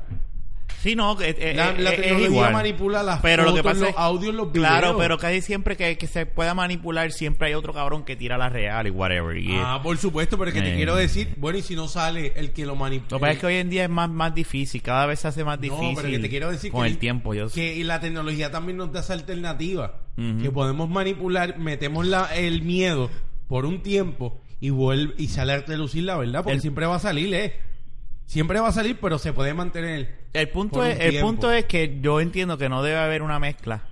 Sí, no, eh, eh,
La-
eh,
la
es
tecnología
igual.
manipula las
pero lo que
fotos,
pasa
los
es-
audios, los
Claro,
videos.
pero casi siempre que, que se pueda manipular, siempre hay otro cabrón que tira la real y whatever. y-
Ah, por supuesto, pero es que te
Eh.
quiero decir, bueno, y si no sale el que lo manipula.
lo que pasa es que hoy en día es más, más difícil, cada vez se hace más difícil
eh. No, pero que te quiero decir
con
que
el tiempo. Yo sé.
que la tecnología también nos da esa alternativa
Ujú.
que podemos manipular, metemos la, el miedo por un tiempo y vuelve y sale a relucir la verdad, porque
El-
siempre va a salir, eh. Siempre va a salir, pero se puede mantener.
El punto,
por un
es, el
tiempo.
punto es que yo entiendo que no debe haber una mezcla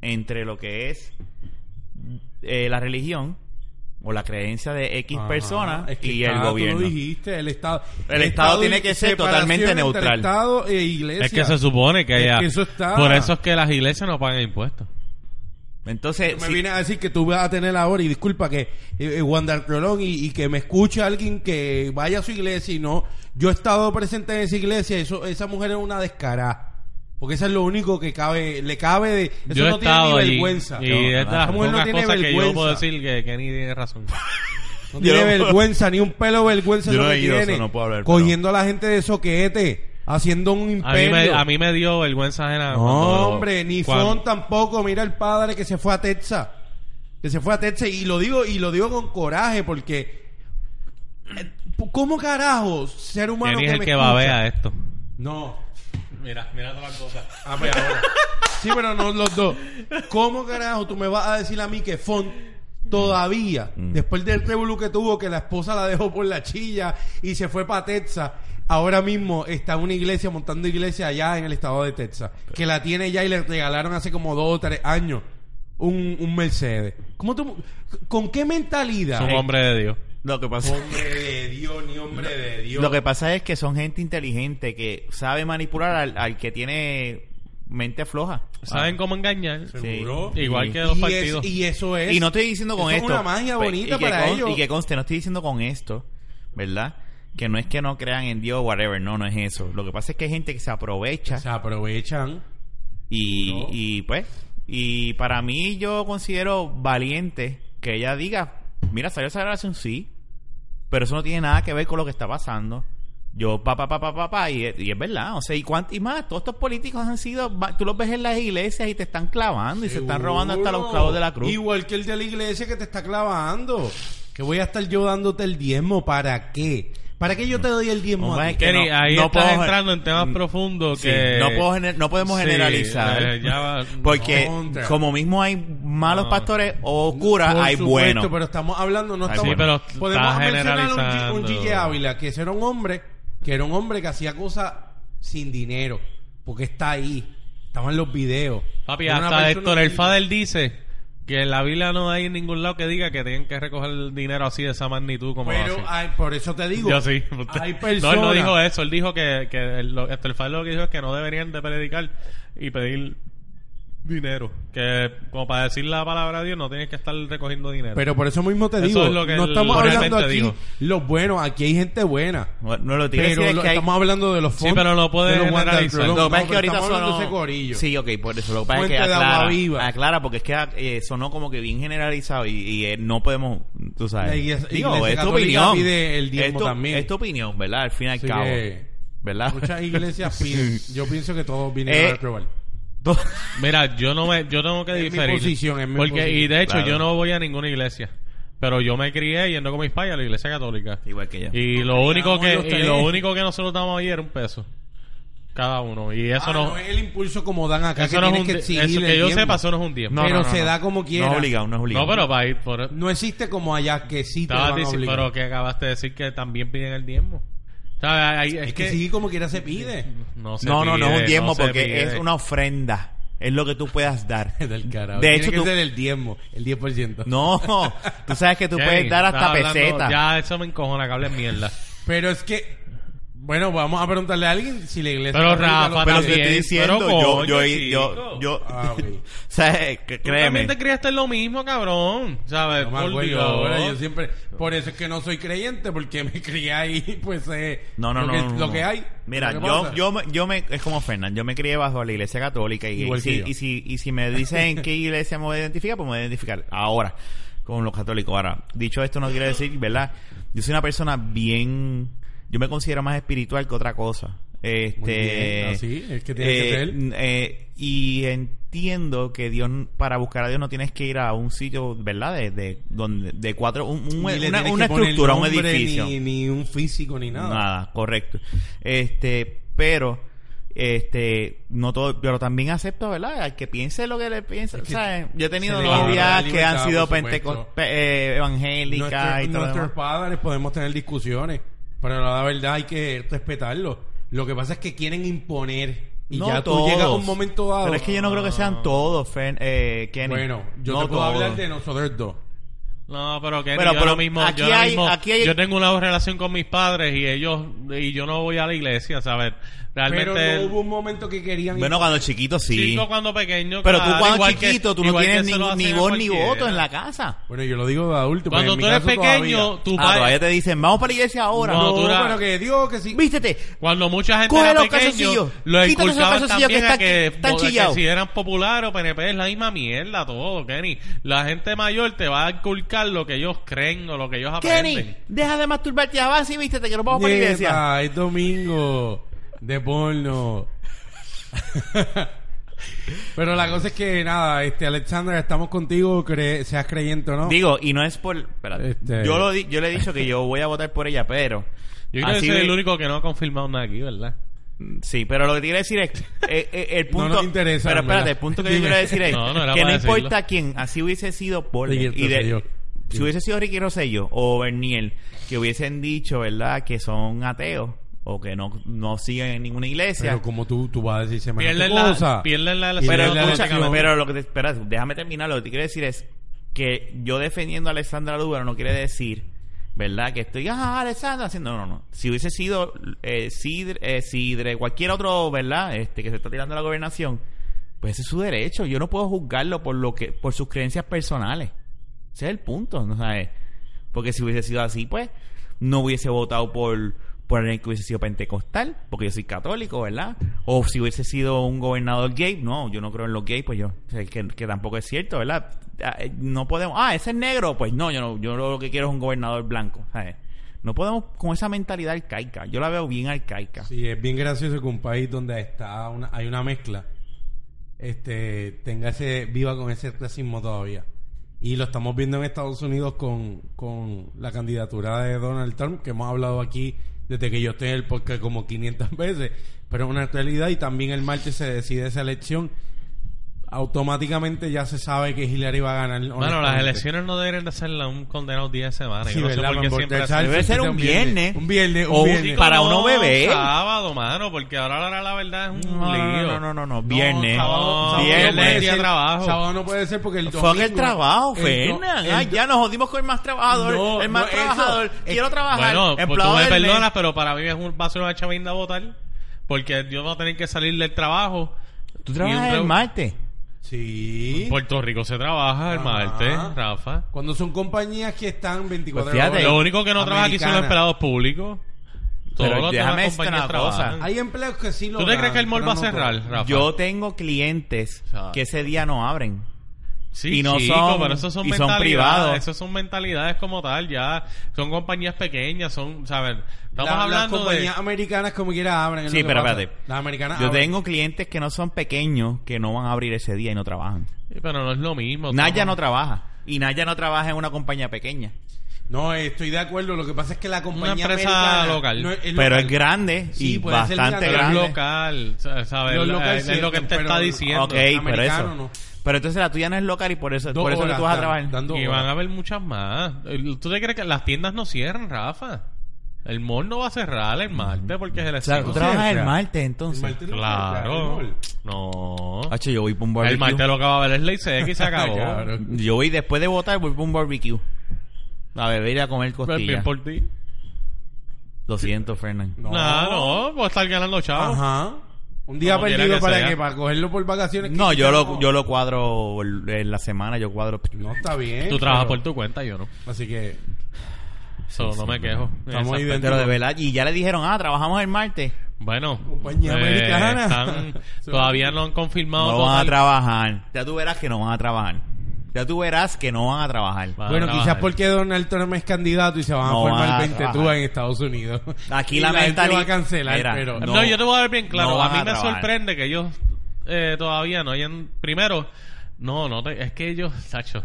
entre lo que es eh, la religión o la creencia de X
Ajá.
personas
Ah, Es que
y
está,
el
tú lo
gobierno.
dijiste, el Estado.
El Estado tiene
y-
que ser
separación
totalmente
entre
neutral.
Estado e iglesia.
Es que se supone que
Es
ya.
que eso está-
Por eso es que las iglesias no pagan impuestos.
Entonces,
me
sí,
viene a decir que tú vas a tener ahora, y disculpa que eh, eh, Wanda Rolón y, y que me escuche alguien que vaya a su iglesia y no. Yo he estado presente en esa iglesia, eso, esa mujer es una descarada. Porque eso es lo único que cabe, le cabe de. Eso
yo he
no tiene
estado
ni
allí,
vergüenza.
Y
No,
es de
esa
las
mujer no
pocas
tiene
cosas que yo puedo
vergüenza.
decir que Kenny tiene razón.
No tiene
Yo-
vergüenza, ni un pelo
*laughs*
de
Yo
vergüenza. es lo
no
que
he ido,
tiene.
eso no puedo hablar, pero-
Cogiendo a la gente de soquete, haciendo un
A mí, me,
imperio.
a mí me dio vergüenza ajena. Ah,
No,
cuando-
hombre, ni
cuando-
Fon tampoco. Mira el padre que se fue a Texas. Que se fue a Texas. Y lo digo, y lo digo con coraje porque. eh, ¿Cómo carajo, ser humano
Kenny es
que
el
me
que
escucha?
babea eh? esto.
No.
Mira, mira todas las cosas.
A ver, ahora. Sí, pero no los dos. ¿Cómo carajo tú me vas a decir a mí que Font todavía,
Mm.
después del revolú que tuvo, que la esposa la dejó por la chilla y se fue para Texas, ahora mismo está en una iglesia, montando iglesia allá en el estado de Texas, que la tiene ya y le regalaron hace como dos o tres años un, un Mercedes? ¿Cómo tú, ¿Con qué mentalidad?
Soy un hombre de Dios.
Ah.
lo que pasa
Hombre de Dios, ni hombre de Dios.
Lo que pasa es que son gente inteligente que sabe manipular al, al que tiene mente floja. Ah,
¿Saben cómo engañar?
Seguro.
Igual que
Y
los
es-
partidos.
y eso es.
Y no estoy diciendo con
Eso es
esto.
una magia
pe-
bonita
y que
para
con-
ellos.
Y que conste, no estoy diciendo con esto, ¿verdad? Que no es que no crean en Dios, whatever. No, no es eso. Lo que pasa es que hay gente que se aprovecha
Se aprovechan.
y,
No.
y pues. Y para mí, yo considero valiente que ella diga: Mira, salió esa grabación, sí. Pero eso no tiene nada que ver con lo que está pasando. Yo, pa, pa, pa, pa, pa, pa, y, es- y es verdad. O sea, y, cuant- y más, todos estos políticos han sido, va- tú los ves en las iglesias y te están clavando y se están robando hasta los
Seguro.
clavos de la cruz.
Igual que el de la iglesia que te está clavando. Que voy a estar yo dándote el diezmo. ¿Para qué? ¿Para qué yo te doy el diezmo?
No,
a
es
ti?
que
Kenny,
no-
ahí
no
estás
puedo-
entrando en temas
Mm,
profundos
Sí,
que...
no, puedo gener- no podemos
Sí,
generalizar.
eh, ya va-
Porque
Contra.
como mismo hay malos
No.
pastores o curas,
Por
hay
supuesto,
buenos.
Pero estamos hablando, no
Ay,
estamos.
sí, pero
podemos
está
mencionar un G- un
generalizando.
Gigi Ávila, que ese era un hombre, que era un hombre que hacía cosas sin dinero, porque está ahí. Estaban los videos.
Papi,
Era una
hasta
persona
Héctor el
humilde.
Fader dice que en la Biblia no hay en ningún lado que diga que tengan que recoger dinero así de esa magnitud como
Pero
hacen.
ay, por eso te digo.
Yo sí.
Hay
No,
personas.
él no dijo eso. Él dijo que, que el- lo- hasta el Fader lo que dijo es que no deberían de predicar y pedir dinero. Que como para decir la palabra de Dios no tienes que estar recogiendo dinero.
Pero por eso mismo te
Eso
digo.
es lo que
no estamos
realmente
hablando aquí
digo.
los buenos. Aquí hay gente buena.
No, no lo tiene
Pero
que decir
lo-
es que hay-
estamos hablando de los fondos.
pero no puedes
de los Wanda
generalizar.
Rolón.
Lo
Lo
No,
que pasa es que
pero
ahorita
estamos hablando de ese
sonó...
corillo.
Sí, ok, por eso. Lo que pasa es
Fuente
que
de agua
aclara,
viva.
aclara, porque es que eh, sonó como que bien generalizado y, y, eh, no podemos, tú sabes.
La iglesia-
Digo,
iglesia
es tu
católica
opinión.
pide el diezmo
es, tu,
también.
es tu opinión, ¿verdad? Al fin y al
Así
cabo.
que
¿Verdad? *laughs*
Muchas iglesias piden. Yo pienso que todos vinieron
Eh,
a probar.
Mira, yo no me, yo tengo que
Es mi
diferir.
posición, es mi
porque, Y de hecho,
Claro.
yo no voy a ninguna iglesia. Pero yo me crié yendo con mis padres a la iglesia católica.
Igual que yo.
Y lo único que,
los
y
tres.
lo único que nosotros damos ahí era un peso. Cada uno. Y eso
Ah,
no,
es el impulso como dan acá.
eso
que
no es
tienes
un
que
di-
exigir
eso que
el
yo
diezmo.
sepa, eso no es un tiempo.
No,
pero
no,
se
no.
da como
No
quiera.
es obligado, no es
No,
obligado.
pero para ir por
No existe como allá que sí te
Estabas
van a
dici-
obligar.
pero que acabaste de decir que también piden el diezmo. O sea, hay- es,
es que,
que,
sí, como quiera
*laughs*
se pide.
no, se
No, no, no es un
pide,
diezmo
no se
porque
pide.
es una ofrenda. Es lo que tú puedas
*laughs*
dar.
Del carajo.
De hecho,
Tiene
tú-
que ser el diezmo, el 10%.
No, tú sabes que tú
Jenny,
puedes dar hasta
estás hablando-
pesetas.
Ya, eso me encojona, que hables mierda.
Pero es que, bueno, vamos a preguntarle a alguien si la iglesia.
Pero
católica
Rafa,
lo
pero
Pero
pide.
te estoy
También,
diciendo,
pero
yo, yo,
coño,
yo,
chico.
yo,
Ah, ok.
o sea, eh, que-
Tú también
créeme.
te criaste en lo mismo, cabrón. ¿Sabes?
No me
Por
acuerdo
Dios.
ahora, yo siempre. Por eso es que no soy creyente, porque me *laughs* crié ahí, pues. Eh,
No, no,
lo
no,
que,
no, no,
Lo
no.
que hay.
Mira,
lo que
yo,
pasa.
yo, me- yo me, es como Fernán, yo me crié bajo la iglesia católica y,
Igual
y si,
que yo.
y, si, y si me dicen
*laughs*
en qué iglesia me voy a identificar, pues me voy a identificar ahora con los católicos. Ahora, dicho esto, no quiero decir, ¿verdad? Yo soy una persona bien, yo me considero más espiritual que otra cosa. Este,
Muy bien, así es que tiene que
eh,
ser.
n- eh, y entiendo que Dios, para buscar a Dios no tienes que ir a un sitio, ¿verdad? De, de, donde, de cuatro, un- un-
Ni le
una,
tienes
una
que poner
estructura, un
nombre,
edificio.
Ni, ni un físico, ni nada.
Nada. correcto. Este, pero este no todo pero también acepto verdad al que piense lo que le piensa
que
¿sabes? yo he tenido
se le valora la
novias que
libertad,
han sido
por supuesto.
pentecostales evangélicas
Nuestro-
y todo lo
nuestros
demás.
padres podemos tener discusiones, pero la verdad hay que respetarlo. Lo que pasa es que quieren imponer y
No
ya tú
todos.
llegas a un momento dado. Ah.
pero es que yo no creo que sean todos Fen- eh, Kenny.
Bueno, yo
no
te puedo
todos.
hablar de nosotros dos.
No, pero que
Pero,
yo
pero
ahora mismo,
aquí
yo, ahora
hay-
mismo-
aquí hay-
yo tengo una relación con mis padres y ellos y yo no voy a la iglesia, ¿sabes? Realmente
pero no hubo un momento que querían
bueno cuando chiquito sí
chico cuando pequeño,
pero tú
claro,
cuando
igual que-
chiquito tú no
igual que
tienes
se
ni,
lo
ni
hacen a
voz ni
cualquiera.
voto en la casa
Bueno, yo lo digo de adulto. pero
Cuando
en mi
tú eres
caso
pequeño,
todavía.
tu
ah,
padre
todavía te dicen vamos para la iglesia ahora
No,
No,
tú eras-
pero que Dios, que sí.
vístete
Cuando mucha gente
Coge
era
los
pequeño, lo
calzoncillos. Quítate esos
inculcaban
calzoncillos
también
que
a
están-
que,
están
bo- que
chillados.
si eran popular o PNP es la misma mierda todo, Kenny. La gente mayor te va a inculcar lo que ellos creen o lo que ellos
Kenny
aprenden.
deja de masturbarte avanza y vístete que nos vamos para la iglesia
Nieta, es domingo de porno. Pero la cosa es que nada, este Alexander, estamos contigo, cre- seas creyente o no.
Digo, y no es por. espérate.
Este-
Yo, lo di- yo le he dicho que yo voy a votar por ella, pero.
Yo creo
así
que soy
de-
el único que no ha confirmado nada aquí, ¿verdad?
Sí, pero lo que te quiero decir es. eh, eh, el punto,
nos interesa,
Pero
en
espérate,
verdad.
el punto que yo
Dime.
quiero decir es
No, no era
que
para
no
decirlo.
importa quién, así hubiese sido por
Ricky
y de-
Rosselló.
Si hubiese sido Ricky Rosselló o Berniel, que hubiesen dicho, ¿verdad?, que son ateos o que no, no siguen en ninguna iglesia.
Pero como tú, tú vas a decir semejante
Pierden la-
cosa.
pierden la- la-
Y
Pero,
le da
escucha,
elección.
pero lo que te espera, déjame terminar. Lo que te quiero decir es que yo defendiendo a Alessandra Lúbaro no quiere decir, ¿verdad? Que estoy, ah, Alessandra, haciendo. No, no, no. Si hubiese sido eh, Sidre, eh, Sidre, cualquier otro, ¿verdad? Este que se está tirando a la gobernación, pues ese es su derecho. Yo no puedo juzgarlo por lo que por sus creencias personales. Ese es el punto, ¿no sabes? Porque si hubiese sido así, pues no hubiese votado por por alguien que hubiese sido pentecostal, porque yo soy católico, ¿verdad? O si hubiese sido un gobernador gay, no, yo no creo en los gays, pues yo, o sea, que, que tampoco es cierto, ¿verdad? Ah, eh, No podemos, ah, ese es negro, pues no, yo no, yo lo que quiero es un gobernador blanco, ¿sabes? No podemos con esa mentalidad arcaica. Yo la veo bien arcaica.
Sí, es bien gracioso que un país donde está una, hay una mezcla este tenga ese viva con ese racismo todavía. Y lo estamos viendo en Estados Unidos con, con la candidatura de Donald Trump, que hemos hablado aquí desde que yo estoy en el podcast como 500 *laughs* veces, pero es una realidad y también el martes se decide esa elección. Automáticamente ya se sabe que Hillary va a ganar.
Bueno, las
honestamente.
elecciones no deberían de hacerla un condenado día de semana.
Sí,
Yo no sé
¿verdad?
por qué
Para
siempre
emborracharse,
Debe ser
sí,
un viernes.
Un viernes, un
O un
viernes.
día- Para uno beber.
Sábado, mano, porque ahora, ahora la verdad es un
No, no,
lío.
no, no, no, no. Viernes.
sábado- sábado
viernes.
no puede ser. trabajo.
Sábado no puede ser porque el
Fuck el
domingo-
trabajo,
el do-
Fernan.
el
Ay,
do-
ya nos jodimos con el más trabajador.
No,
el más
no, eso-
trabajador.
es-
Quiero trabajar.
Bueno, pues tú
empleado
me
del mes.
perdonas, pero para mí es un, va a ser una chavinda votar. Porque yo voy a tener que salir del trabajo.
Tú
Y
trabajas
un
el
re-
martes. Ah.
Sí.
En Puerto Rico se trabaja el
Ajá.
martes, Rafa.
Cuando son compañías que están 24
Pues fíjate.
horas.
Lo único que no trabaja aquí son los
Americana.
empleados públicos. Todos
Pero
los
déjame
demás
decirte
compañías
una cosa.
trabajan.
Hay empleos que sí lo
¿Tú te
dan,
crees que el mall
pero
va a
no
cerrar,
todos.
Rafa?
Yo tengo clientes
Exacto.
que ese día no abren.
Sí,
y no
chico,
son-
pero esos son
y son
mentalidades,
privados.
Esos son mentalidades como tal, ya. Son compañías pequeñas, son, ¿sabes? Estamos
La-
hablando de.
las compañías americanas como quiera abren. es
Sí,
lo que
pero
pasa.
espérate.
Las
Ah,
americanas
Yo
abren.
tengo clientes que no son pequeños que no van a abrir ese día y no trabajan.
Sí, Pero no es lo mismo.
Naya
estamos-
no trabaja. Y Naya no trabaja en una compañía pequeña.
No, eh, estoy de acuerdo. Lo que pasa es que la compañía
empresa
americana
local.
no es-
Pero
local.
es grande
Sí,
y
puede ser
bastante
grande.
Pero es
grande.
local, ¿sabes?
Los
Eh,
locales
es lo que
cierran,
te está
pero-
diciendo.
Ok, pero
Americano,
eso.
no.
Pero entonces la tuya no es local y por eso,
Dos
por eso que
horas
tú vas a
dan-
trabajar.
dan dos
Y
horas.
van a haber muchas más. Eh, ¿Tú te crees que las tiendas no cierran, Rafa? El mall no va a cerrar el martes porque es el
O sea, tú
estímulo.
trabajas el
siempre.
martes
El
entonces.
martes no
Claro.
puede cerrar el mall.
No.
Hacho, yo voy para un
El martes
barbecue.
lo que va a haber es ley seca
*laughs*
y se acabó.
Cabrón.
Yo voy después de votar, voy para un barbecue. A beber y a comer
Pero Pues, bien
costillas.
por ti.
Lo siento, Fernan.
No.
Nah, no, pues estar ganando chavos.
Ajá. Un día
Como quiera
perdido
que
para
sea.
que para cogerlo por vacaciones. que
No, yo
no.
lo, yo lo cuadro el- en la semana, yo cuadro.
No está bien.
Tú trabajas
pero-
por tu cuenta, yo no.
Así que
So, no me quejo.
Estamos
Esa-
ahí de-
Pero de verdad, y ya le dijeron, ah, trabajamos el martes.
Bueno, eh,
Compañía americana. *laughs*
están- todavía no han confirmado.
No van a
total-
trabajar. Ya tú verás que no van a trabajar. Ya tú verás que no van a trabajar.
Van a
bueno, quizás
trabajar.
porque Donald Trump es candidato y se van a
No
formar
van a
20
trabajar.
trúas en Estados Unidos.
Aquí
*laughs* Y
la
gente
mentalidad-
va a cancelar,
Mira,
pero
no.
No, yo te voy a ver bien claro.
no
a
van
mí
a
me
trabajar.
sorprende que ellos eh, todavía no hayan. Primero, no, no te- es que ellos, Sacho,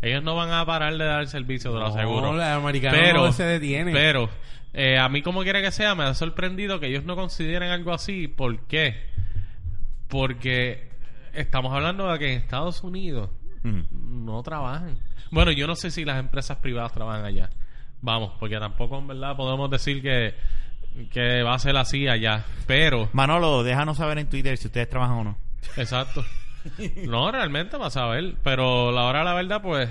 ellos no van a parar de dar servicio, te lo
No,
aseguro.
los americanos
pero,
no se detienen.
Pero, eh, a mí, como quiera que sea, me ha sorprendido que ellos no consideren algo así. ¿Por qué? Porque estamos hablando de que en Estados Unidos
Mm.
no trabajan. Bueno, yo no sé si las empresas privadas trabajan allá. Vamos, porque tampoco en verdad podemos decir que, que va a ser así allá.
*laughs*
Pero,
Manolo, déjanos saber en Twitter si ustedes trabajan o no.
exacto. No, realmente vas a ver. Pero la hora, de la verdad, pues.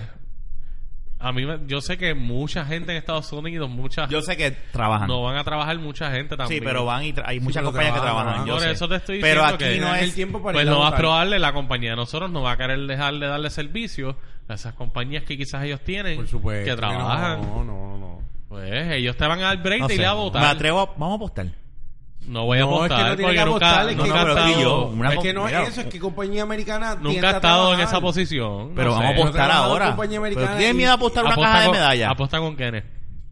A mí, me- yo sé que mucha gente en Estados Unidos, muchas.
Yo sé que trabajan.
No van a trabajar mucha gente también.
sí, pero van y tra- hay muchas
pero
compañías que
trabajan,
trabajan. yo
Por
sé.
eso te estoy
pero
diciendo
aquí
que-
no
dan el
es.
tiempo para
Pues
ir a
lo más
votar.
probable, la compañía de nosotros no va a querer dejar de darle servicio a esas compañías que quizás ellos tienen.
Por supuesto.
Que trabajan.
No, no, no.
Pues ellos te van al break
no
y
sé.
le a
Me
votar.
atrevo a. Vamos a apostar.
No voy a
No, es que
apostar
no tiene
porque
que
nunca,
apostar, es que
nunca,
no,
ha
pero
estado,
di yo. Una
es que no
mira,
es eso, es que compañía americana tiende
nunca
a
ha estado en
trabajar.
esa posición.
Pero
no
vamos a
sé.
apostar
Trabaja la
ahora.
compañía
Pero
americana
tú tienes
y-
miedo a apostar una
Aposta
caja de
con-
medallas.
Aposta con Kenneth.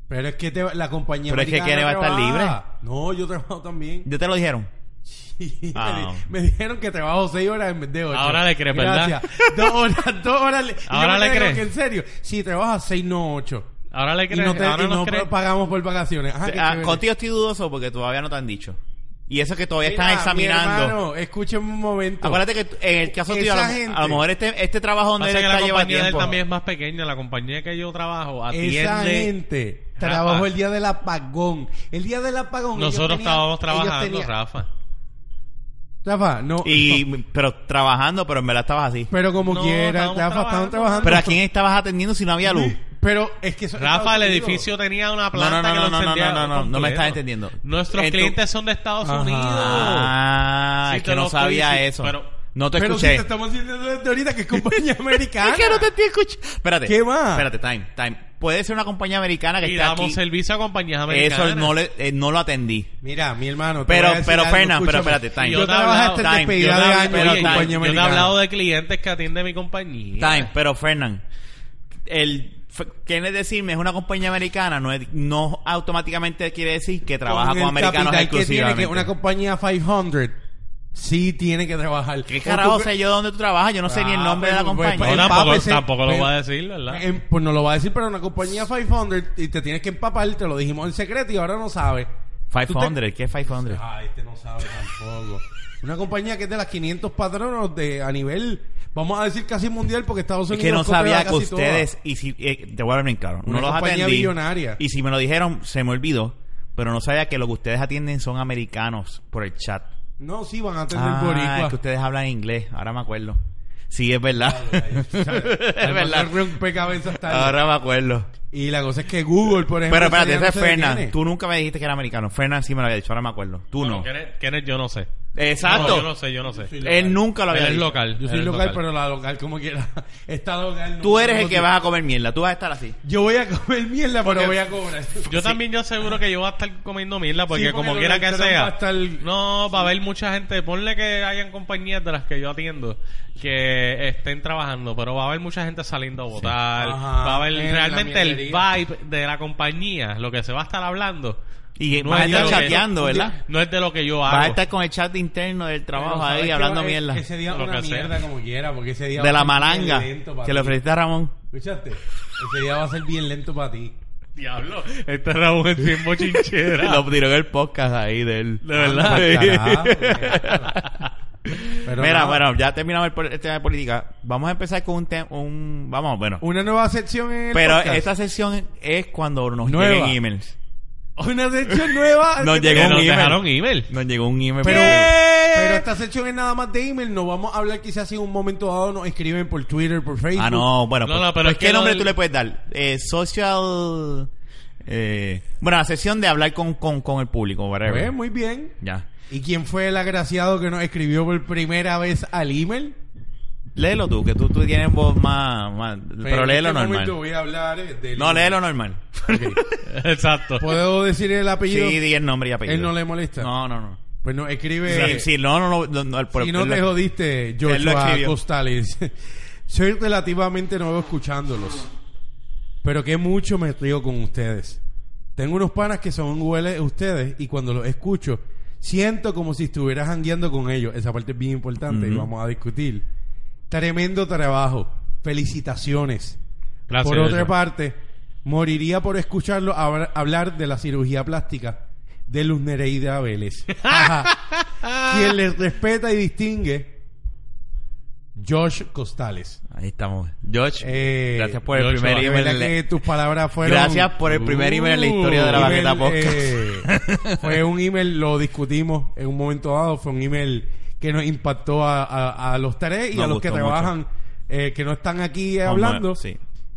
Pero es que te- la compañía
Pero es que
americana
¿quién va a estar
trabaja. No, yo trabajo también.
Yo te lo dijeron.
Sí,
Ah.
*laughs* me, di- me dijeron que trabajo 6 horas en vez de 8.
Ahora le crees, ¿verdad?
Dos horas, *laughs* dos horas. le- y yo
Ahora
me
le
quedé como
crees.
que, En serio, sí, trabajas 6, no 8.
Ahora le
Y
crees,
no, te,
ahora
y no
nos crees.
pagamos por vacaciones. Ajá, qué
Ah,
chévere.
contigo estoy dudoso porque todavía no te han dicho. Y eso que todavía están
Mira, mi
examinando.
hermano, escúchame un momento.
Acuérdate que tú- en el caso tuyo, a
Esa
lo,
gente-
a lo mejor este, este trabajo donde
Pasa
él
que la
está lleva
compañía de él
tiempo.
también es más pequeña. La compañía que yo trabajo
Esa
atiende...
gente
Rafa.
trabajó el día del apagón. El día del apagón. ellos
Nosotros
tenían-
estábamos
ellos
trabajando,
tenían-
Rafa.
Rafa, no.
Y,
no.
*laughs* pero trabajando, pero en verdad estabas así.
Pero como
No,
quiera,
estábamos
Rafa, estaban
trabajando.
trabajando.
Pero a quién estabas atendiendo si no había luz.
Pero es que. eso-
Rafa, el
Estados Unidos.
edificio tenía una
No, no,
planta
no,
que
no,
lo
no, no,
encendía
no, no, no me
completo.
estás entendiendo.
Nuestros
En tu-
clientes son de Estados
Ajá.
Unidos.
Ah,
Sí,
es
te
que
lo
no
estoy
sabía
diciendo,
eso.
pero-
no te
Pero si
escuché.
te estamos diciendo desde ahorita que es compañía
*laughs*
americana.
Es que no te estoy escuchando. Espérate.
¿Qué más?
Espérate, time, time. Puede ser una compañía americana que
Y
está
damos
aquí.
servicio a compañías americanas.
Eso no, le, eh, no lo atendí.
Mira, mi hermano. te
Pero-
voy a decir
pero,
algo,
Fernan, pero
escúchame.
espérate, time.
Yo
Yo te he
trabajé
hablado-
hasta el
time,
despedida
yo te
de
he
año en
hablado-
la
Oye,
Oye,
compañía
yo te he
americana.
hablado de clientes que atiende mi compañía.
Time, pero Fernan, el F- Quiere decirme es una compañía americana, no, es- no automáticamente quiere decir que trabaja con,
el
americanos
capital que tiene,
exclusivamente.
que una compañía 500 sí tiene que trabajar.
¿Qué
Un
carajo
compre-
sé yo dónde tú trabajas? Yo no sé ni el
Ah,
nombre de la
pues, pues,
compañía.
No,
El
tampoco,
Papa ese-
tampoco lo
pero-
va a decir, ¿verdad?
En- pues no lo va a decir, pero una compañía 500 y te tienes que empapar, te lo dijimos en secreto y ahora no sabe. tú te-
500, ¿qué es 500?
Ah, este no sabe tampoco. Una compañía que es de las 500 patronos de a nivel, vamos a decir casi mundial, porque Estados
Es
Unidos
que no
controla
sabía que
casi
ustedes,
todas.
y si, eh, te voy a hablar bien claro,
Una
no los
compañía
atendí.
billonaria.
Y si me lo dijeron, se me olvidó, pero no sabía que lo que ustedes atienden son americanos por el chat.
No, sí, van a tener
Ah,
boricua.
es que
*laughs*
ustedes hablan inglés, ahora me acuerdo. Sí, es verdad. *laughs*
es
verdad. ahora me acuerdo.
Y la cosa es que Google, por ejemplo.
Pero espérate, ese
esa
es
ya no se detiene.
Fernan. Tú nunca me dijiste que era americano. Fernan sí me lo había dicho, ahora me acuerdo. Tú
Bueno,
no.
Kenneth- Kenneth, yo no sé.
Exacto.
No, yo no sé, yo no sé.
Sí,
Él nunca lo
Él
había
es
dicho.
local.
Yo
él
soy
es
local, pero la local como quiera. *laughs* Esta local. no-
Tú eres el
no-
que vas a comer mierda. Tú vas a estar así.
Yo voy a comer mierda, pero
Porque-
voy
*laughs*
a cobrar.
Yo también yo seguro que yo voy a estar comiendo mierda porque,
Sí, porque
como
lo
quiera
del
que
Trump
sea,
va a estar-
no va a haber mucha gente, ponle que hayan compañías de las que yo atiendo que estén trabajando, pero va a haber mucha gente saliendo a votar,
Ajá,
va a haber
en la
realmente el
mierdería.
vibe de la compañía, lo que se va a estar hablando.
Y
No
vas a
es de
estar
lo que-
chateando, ¿verdad?
No es de lo que yo hago.
Vas a estar con el chat interno del trabajo
Pero, ¿sabes
ahí
qué?
hablando
Es-
mierda.
Ese día
Lo
una
que sea.
mierda como quiera, porque ese día. va
de
a
la
ser bien
malanga
lento pa'
que le
ti.
ofreciste a Ramón.
¿Escuchaste? Ese día va a ser bien lento para ti.
Diablo, este Raúl es bien bochinchera.
*laughs* Lo tiró en el podcast ahí de él.
De verdad.
Anda,
Sí.
carajo, pues,
*laughs*
Pero
Mira,
nada,
bueno, ya terminamos el, po- el tema de política. Vamos a empezar con un tema. Un, vamos, bueno.
Una nueva sección en el
Pero
podcast.
esta sesión es cuando nos
Nueva.
lleguen emails.
Una sección nueva.
*laughs* Nos
que-
llegó
que
un
nos
email.
dejaron email. *laughs*
Nos llegó un email.
Pero,
pero-
pero esta sección es nada más de email. No vamos a hablar quizás si en un momento dado nos escriben por Twitter, por Facebook.
Ah, no, bueno.
No,
pues,
no, pero
pues,
es que
¿Qué
lo
nombre
del-
tú le puedes dar? Eh, social. eh, bueno, la sesión de hablar con, con, con el público, whatever.
Pues, muy bien.
Ya.
¿Y quién fue el agraciado que nos escribió por primera vez al email?
Léelo tú, que tú, tú tienes voz más. más- pero,
en
léelo
este
normal.
momento voy a hablar eh, del
No, léelo normal.
Exacto.
¿Puedo decir el apellido?
Sí, di el nombre y apellido.
Él no le molesta.
No, no, no.
Pues no, escribe.
Sí, sí, no, no, no. no, no, pero-
si no te
lo-
jodiste,
él lo
Joshua
escribió.
Costales. *laughs* Soy relativamente nuevo escuchándolos. Pero que mucho me río con ustedes. Tengo unos panas que son iguales a ustedes y cuando los escucho, siento como si estuvieras jangueando con ellos. Esa parte es bien importante y
Ujú.
vamos a discutir. Tremendo trabajo. Felicitaciones.
Gracias,
por otra
Joshua.
parte, moriría por escucharlo habr- hablar de la cirugía plástica de Luz Nereida Vélez. Ajá. Quien les respeta y distingue, Josh Costales.
Ahí estamos. George,
Eh,
gracias por el
George,
primer
De
email.
verdad que tus palabras fueron... uh,
Gracias por el primer email en la historia de la
Email,
Baqueta Podcast.
eh, *laughs* fue un email, lo discutimos en un momento dado, fue un email que nos impactó a, a- a los tres y
Nos
a los que
gustó
trabajan, eh, que no están aquí eh,
Vamos,
hablando.
sí.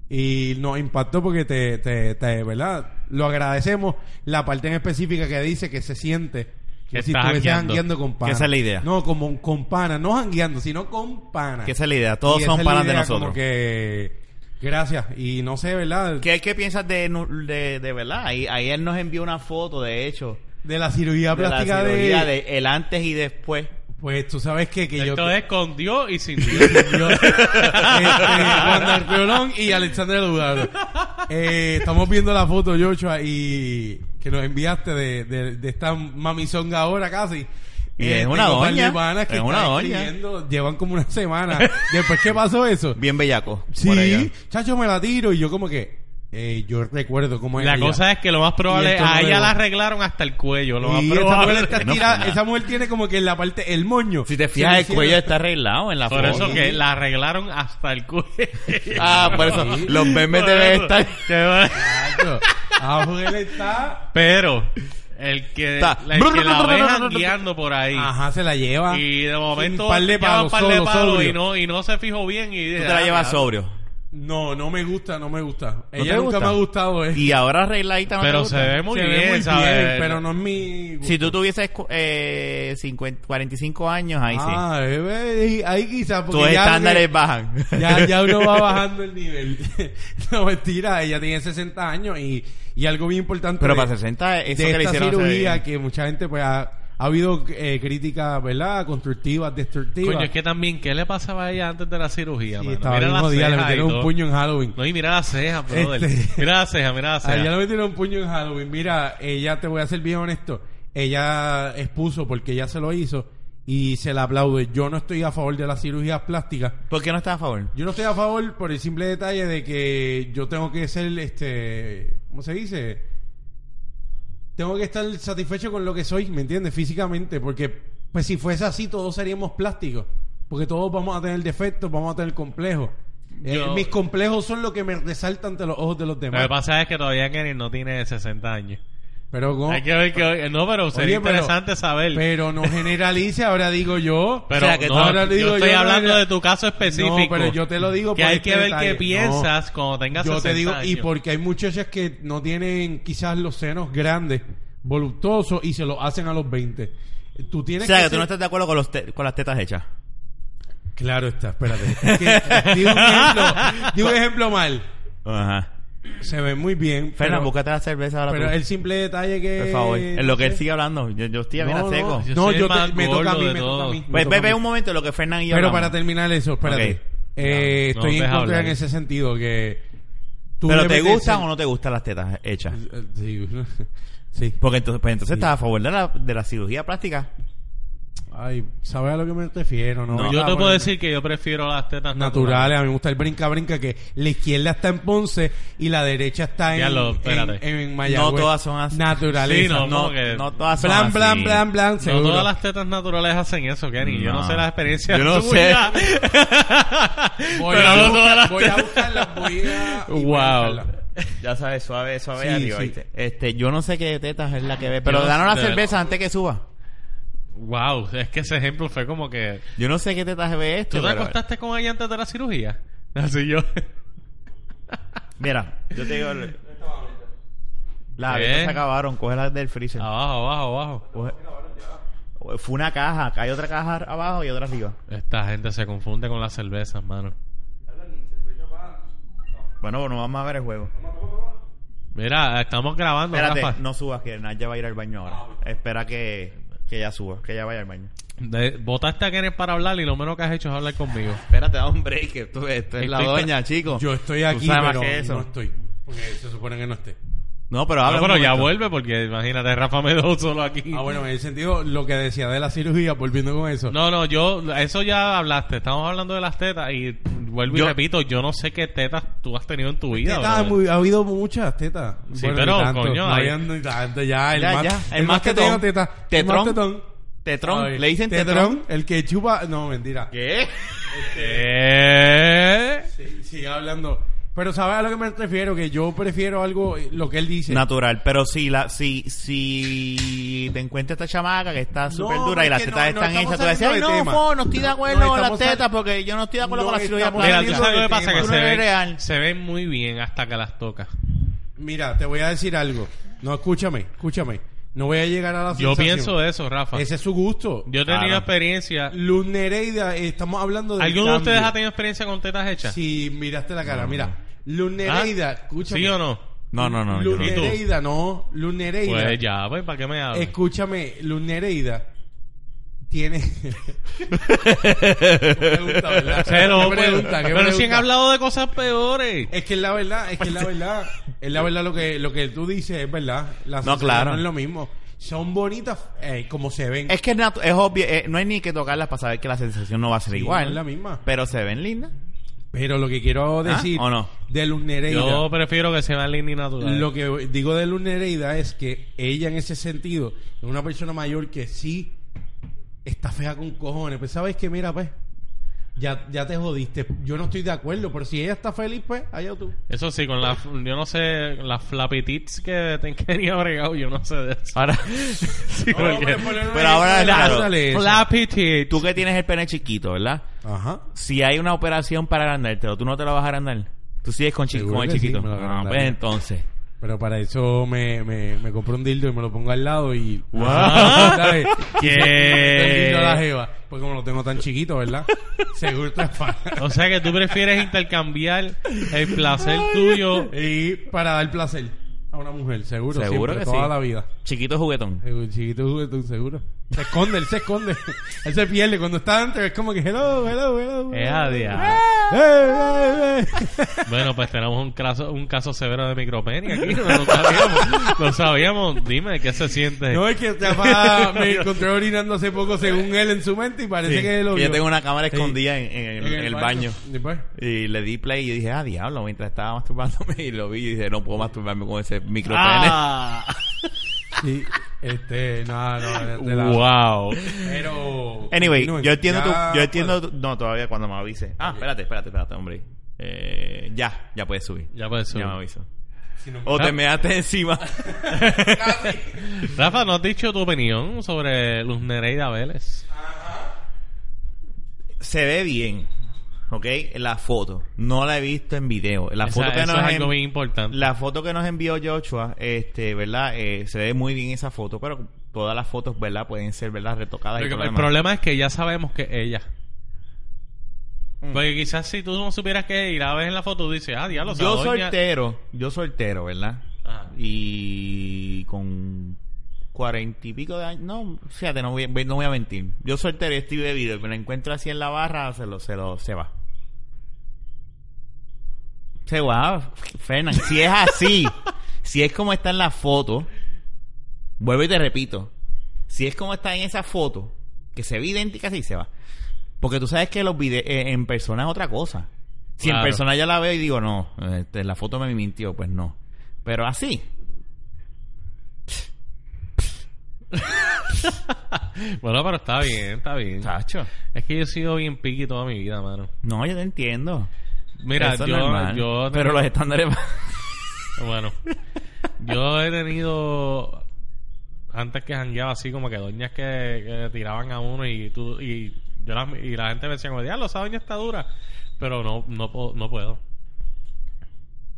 Y nos impactó porque te, te, te- ¿verdad? Lo agradecemos. La parte en específica que dice que se siente que
Que
si
estás
estuviese
jangueando.
jangueando con pana.
Que esa es la idea.
No, como con pana. No jangueando, sino con pana.
Que esa es la idea. Todos
Y esa
son
es la
panas de
idea, como
nosotros.
que... Gracias. Y no sé, ¿verdad?
¿Qué, ¿Qué piensas de, nu- de, de verdad? Ahí, ahí él nos envió una foto, de hecho,
De la cirugía
de la
plástica de...
cirugía, de... el antes y después.
Pues tú sabes que, que yo...
Esto es con Dios y
*laughs*
sin Dios. *laughs*
Yo- este, Juan Arqueolón y Alexander Dudaro. Eh, estamos viendo la foto, Joshua, y que nos enviaste de, de, de esta mamizonga ahora casi. Eh,
Y es una
tengo un par de
doña,
panas que
es una
están
doña.
escribiendo, Llevan como una semana. Después, ¿qué pasó eso?
Bien bellaco. *laughs* por allá.
Sí, chacho, me la tiro. Y yo como que... eh, yo recuerdo cómo
La cosa es que lo más
Y
probable es
esto no
a ella
debo.
la arreglaron hasta el cuello. Lo más
Y esa
probable.
*laughs*
mujer, está
No,
estirada-
nada.
esa mujer tiene como que en la parte, el moño.
Si te
Se
fijas,
le
el cuello
*laughs* hicieron-
está arreglado en la
Por
foto.
eso que la arreglaron hasta el cuello.
*laughs*
Ah, por eso. Los memes
Por
deben
eso.
estar...
Chacho, la mujer Ah, está...
*laughs* Pero el que,
Está.
la, el que la ve guiando por ahí.
Ajá, se la lleva.
Y de momento
Un par de
lleva
palos,
un par de
solo,
palos
sobrio.
y, no, y no se fijó bien. Y "Ah,
Tú *laughs* te la llevas
sobre
sobrio.
No, no me gusta, no me gusta.
¿No
Ella
te
nunca
gusta?
me ha gustado, eh.
Y ahora arregladita no te
Pero
gusta.
se ve muy
Se ve
bien, ¿sabes?
pero no es mi...
Si tú tuvieses cu- eh, 50, 45 años, ahí sí.
Ah, bebé, y ahí quizás porque
Tus
ya
estándares bajan.
ya, ya uno va bajando el nivel. *laughs* no, mentira, ella tiene 60 años y, y algo bien
*laughs*
importante
Pero
de,
para 60, eso
de
que le
esta
hicieron... se ve
cirugía
bien.
que mucha gente pues ha, Ha habido eh, críticas, ¿verdad? Constructivas, destructivas.
Coño, es que también, ¿qué le pasaba a ella antes de la cirugía,
Sí,
mano?
estaba
Mira
bien
la
jodida, le
ceja y
metieron un
todo.
puño en Halloween.
No, y mira la ceja, brother.
Este-
Mira la ceja, mira la ceja.
A ella le metieron un puño en Halloween. Mira, ella, te voy a ser bien honesto, ella expuso porque ella se lo hizo y se la aplaude. Yo no estoy a favor de las cirugías plásticas.
¿Por qué no estás a favor?
Yo no estoy a favor por el simple detalle de que yo tengo que ser, este, ¿cómo se dice? Tengo que estar satisfecho con lo que soy, ¿me entiendes? Físicamente, porque pues si fuese así todos seríamos plásticos, porque todos vamos a tener defectos, vamos a tener complejos. Eh,
Yo-
mis complejos son lo que me resaltan ante los ojos de los
Lo que
demás.
pasa es que todavía Kenny no tiene 60 años.
Pero con-
Hay que ver que... No, pero sería
Oye, pero-
interesante saber.
Pero no generalice, ahora digo yo.
Pero
O sea, que
no,
tú-
ahora
yo
digo,
estoy
yo-
hablando de tu caso específico.
No, pero yo te lo digo
Que
por
hay
este
que ver
detalle.
qué piensas cuando tengas
Yo
60
te digo, y
años.
porque hay muchachas que no tienen quizás los senos grandes, voluptuosos, y se los hacen a los 20. Tú
O
tienes
sea, que tú
ser-
no estás de acuerdo con, los te- con las tetas hechas.
Claro está, espérate. Es que, eh, di, un ejemplo,
*laughs*
di un ejemplo mal.
Ajá.
Se ven muy bien.
Fernan,
pero-
búscate la cerveza ahora
Pero
tú.
el simple detalle que...
Por favor. En lo que
no
él
sé.
sigue hablando. Yo, yo estoy bien a
No,
seco.
no,
Yo
no,
soy el
yo te-
más
me toca a mí,
gordo de
me toca a
todos.
mí. me
Pues
toca a
ve,
mí.
ve un momento lo que Fernan y yo
Pero para
hablamos.
terminar eso, espérate.
Ok.
Eh,
No,
estoy en
deja
contra
hablar.
en ese sentido que... tú
¿Pero
le
te
metes
gustan
el-
o no te gustan las tetas hechas?
Eh, *laughs* Sí. sí.
Porque entonces, pues entonces
Sí.
estás a favor de la, de la cirugía plástica.
Ay, ¿sabes a lo que me refiero? No,
No,
Yo
Ah,
te
bueno,
puedo decir que yo prefiero las tetas naturales.
Naturales, a mí me gusta el brinca-brinca que la izquierda está en Ponce y la derecha está en,
Ya lo-
en,
espérate.
en Mayagüez.
No todas son así.
Naturaleza.
Sí, no,
no,
como que-
No todas son
blan,
así.
blan, blan, blan,
No
seguro.
todas las tetas naturales hacen eso, Kenny. Yo no
No.
sé las experiencias
Yo no
tuyas. *laughs*
Voy,
Pero
a
no
buscar-
todas las
voy a
tetas.
buscarlas, voy a... y
Wow.
voy a buscarlas.
Ya sabes, suave, suave
Sí,
arriba,
sí.
¿viste? Este, yo no sé qué tetas es la que ve, pero
Yo
danos la
de-
cerveza antes que suba.
Wow, es que ese ejemplo fue como que...
Yo no sé qué tetas ve esto.
¿Tú te
pero-
acostaste con ella antes de la cirugía? Así
*laughs*
yo.
Mira, yo te digo. Las
¿Qué?
abejas se acabaron, coge las del freezer.
Abajo, abajo, abajo.
Coge- Pues, Fue una caja, hay otra caja abajo y otra arriba.
Esta gente se confunde con las cervezas, mano.
Bueno, bueno, vamos a ver el juego.
Mira, estamos grabando, Rafa.
Espérate, no subas, que Naya va a ir al baño ahora. Espera que, que ella suba, que ella vaya al baño.
De- botaste a Kenneth para hablar y lo menos que has hecho es hablar conmigo.
Espérate, da un break, que tú, esto
es la doña,
chico.
Yo estoy aquí,
sabes más
pero
que eso.
no estoy. Porque se supone que no esté.
No, pero
No,
habla.
pero
un
ya
momento.
vuelve porque imagínate, Rafa me dejó solo aquí.
Ah, bueno, en el sentido, lo que decía de la cirugía, volviendo con eso.
No, no, yo, eso ya hablaste. Estamos hablando de las tetas y vuelvo
Yo-
y repito, yo no sé qué tetas tú has tenido en tu vida.
Tetas,
brother.
muy- ha habido muchas tetas.
Sí,
ni
pero,
tanto.
coño,
No
hay-
habían ni tanto, ya. El
Ya,
más,
ya.
El más que tengo
tetón.
tetas. El más
Tetrón.
tetón.
Tetrón,
Ay,
le dicen tetrón.
El que chupa... No, mentira.
¿Qué?
¿Qué?
Sí, sigue hablando. Pero ¿sabes a lo que me refiero? Que yo prefiero algo, eh, lo que él dice.
Natural, pero si la si si te encuentras esta chamaca que está súper dura y las
porque no-
tetas
no
están
estamos
hechas, tú vas a decir, "Ay,
saliendo de
no,
tema".
po, no estoy de
No,
acuerdo
no
con las
estamos sal-
tetas porque yo no estoy de acuerdo
No
con la cirugía
estamos
Mira,
Hablando
tú
plástica".
sabes lo que
del
pasa,
tema.
que
Tú
se
no eres
ven,
real.
se ven muy bien hasta que las tocas.
Mira, te voy a decir algo. No, escúchame, escúchame. No voy a llegar a la
Yo
sensación.
pienso eso, Rafa.
Ese es su gusto.
Yo he tenido
Claro.
experiencia.
Luz Nereida, eh, estamos hablando de...
¿Alguno de ustedes ha tenido experiencia con tetas hechas?
Si miraste la cara, mira. Luz
¿Ah?
Nereida, escúchame.
¿Sí o no?
No, no, no. yo
Luz
no.
¿Y tú?
Nereida, no. Luz Nereida.
Pues ya, pues, ¿para qué me hablas? *laughs*
Escúchame, Luz Nereida tiene. *laughs* Qué pregunta, ¿verdad?
Cero,
Qué
pues.
pregunta, qué
Pero si han
pregunta.
hablado de cosas peores.
Es que es la verdad, es que es la verdad. Es la verdad lo que, lo que tú dices, es verdad. La
No,
sensación
claro.
No es lo mismo. Son bonitas eh, como se ven.
Es que es, natu- es obvio, eh, no hay ni que tocarlas para saber que la sensación no va a ser
Sí,
igual.
no es la misma.
Pero se ven lindas.
Pero lo que quiero decir
¿Ah? ¿O no?
de Luz Nereida.
Yo prefiero que se vean lindas y naturales.
Lo que digo de Luz Nereida es que ella en ese sentido es una persona mayor que sí está fea con cojones. Pues sabes que mira, pues, ya, ya te jodiste. Yo no estoy de acuerdo, pero si ella está feliz, pues, allá tú.
Eso sí, con las, yo no sé, las flappy tits *laughs* que te quería bregado, yo no sé de
Ah,
eso.
Ahora,
Sí, porque-
Pero ahora, claro,
flappy tits.
tú que tienes el pene chiquito, ¿verdad?
Ajá.
Si hay una operación para agrandártelo, tú no te la vas a agrandar. Tú sigues con, chi-
Seguro
con el
que sí,
chiquito.
me lo
no,
agrandaría.
pues entonces.
Pero para eso me, me, me compro un dildo y me lo pongo al lado y...
Wow.
*laughs*
*laughs*
¿Sabes? El dildo a Ah. la
que...
jeva. Pues como lo tengo tan chiquito, ¿verdad?
*laughs*
Seguro te
O sea que tú prefieres intercambiar el placer tuyo
Y para dar placer. a una mujer, seguro.
Seguro
siempre,
que
toda
sí.
la vida.
Chiquito juguetón.
El chiquito juguetón, seguro. Se esconde, él se esconde. él se pierde. Cuando está dentro es como que hello, hello, hello.
Es
hello.
a diablo.
Eh, eh, eh.
Bueno, pues tenemos un caso, un caso severo de micropenia aquí. No lo sabíamos. No sabíamos. Dime, ¿qué se siente?
No, es que Rafa me encontré orinando hace poco según él en su mente y parece que lo
Que yo
vio.
tengo una cámara
Sí.
escondida en, en el, en el baño.
Y pues,
Y le di play y dije, ah, diablo, mientras estaba masturbándome y lo vi y dije, no puedo masturbarme con ese micro
Ah,
sí, este, no, no, de la-
wow.
Pero.
Anyway,
continúen.
yo entiendo
Ya, pues.
tu, yo entiendo tu- no todavía cuando me avise. Ah, espérate, espérate, espérate, hombre. Eh, ya, ya puedes subir.
Ya pues, puedes subir.
Ya me aviso.
bueno, si no-
O
*laughs*
te measte encima.
Rafa, ¿no has dicho tu opinión sobre Luz Nereida Vélez?
Se ve bien. ¿Ok? La foto. No la he visto en video. La
Esa-
foto que
eso
nos
es algo
en-
bien importante.
La foto que nos envió Joshua, este, ¿verdad? Eh, se ve muy bien esa foto, pero todas las fotos, ¿verdad? Pueden ser, ¿verdad? Retocadas. y
Porque el
problemas.
problema es que ya sabemos que es ella.
Mm.
Porque quizás si tú no supieras que es y la ves en la foto, tú dices, ah, diablo, esa
Yo
doña-
soltero, yo soltero, ¿verdad?
Ajá.
Y con cuarenta y pico de años, no, fíjate, no voy, a- no voy a mentir. Yo soltero y estoy bebido y me lo encuentro así en la barra, se lo, se lo, se va. Se va, Fernan. Si es así, si es como está en la foto, vuelvo y te repito, si es como está en esa foto, que se ve idéntica, sí se va. Porque tú sabes que los vide- eh, en persona es otra cosa. Si
Claro.
en persona ya la veo y digo, no, este, la foto me mintió, pues no. Pero así.
Bueno, pero está bien, está bien.
Chacho.
Es que yo he sido bien piqui toda mi vida, mano.
No, yo te entiendo.
Mira,
Eso es
yo,
normal.
yo...
Pero los estándares...
Bueno, yo he tenido... Antes que jangueaba así como que doñas que, que tiraban a uno y tú... Y, yo las- y la gente me decía como, diablo, esa doña está dura. Pero no, no, puedo- no puedo.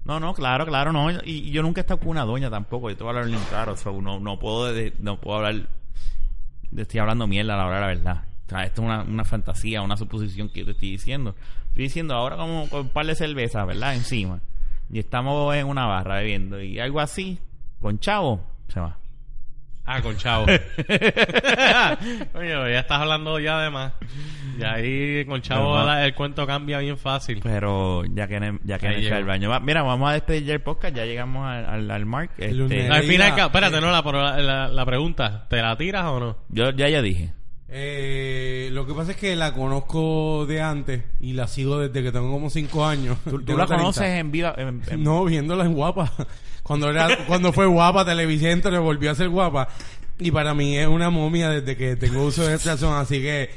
No, no, claro, claro, no. Y, y yo nunca he estado con una doña tampoco. Yo te voy a hablar bien claro. so, no, no, puedo de- no puedo hablar... Estoy hablando mierda a la hora de la verdad. O sea, esto es una, una fantasía, una suposición que yo te estoy diciendo. Estoy diciendo ahora como con un par de cervezas, ¿verdad? Encima. Y estamos en una barra bebiendo. Y algo así, con chavo, se va.
Ah, con
*laughs*
chavo. Oye, ya estás hablando ya de más. Y ahí con chavo
Pero no.
la- el cuento cambia bien fácil.
Pues,
Pero ya que no- ya que
Ahí
no echa
llegó.
el baño. Va, mira, vamos a despedir ya el podcast, ya llegamos al, al, al mark. Este,
lunes.
No, al final,
Mira, eh.
ca- espérate, no, la, pro- la, la pregunta, ¿te la tiras o no?
yo ya ya dije.
Eh, lo que pasa es que la conozco de antes y la sigo desde que tengo como 5 años. *laughs*
Tú, tú
Tengo
la
30.
conoces en viva en-
*laughs*
en-
No, viéndola en guapa. *laughs* Cuando era, cuando fue guapa, Televicente le volvió a ser guapa. Y para mí es una momia desde que tengo uso de razón. Así que,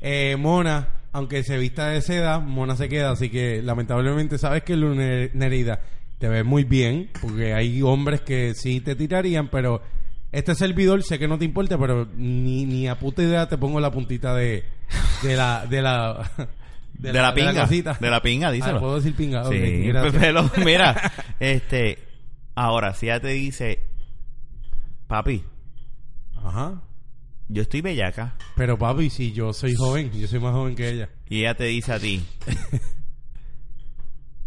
eh, Mona, aunque se vista de seda, Mona se queda. Así que, lamentablemente, sabes que Lune- Nereida te ves muy bien. Porque hay hombres que sí te tirarían, pero este servidor sé que no te importa, pero ni, ni a puta idea te pongo la puntita de, de la, de la, *laughs*
de, la, pinga. De la,
cosita.
pinga, díselo.
Ah, puedo decir pinga.
*laughs*
Ok,
Sí,
gracias.
pero
*laughs*
mira, este ahora si ella te dice, "Papi,
Ajá.
yo estoy bellaca."
Pero papi, si yo soy joven, yo soy más joven que ella.
Y ella te dice a
*laughs*
ti,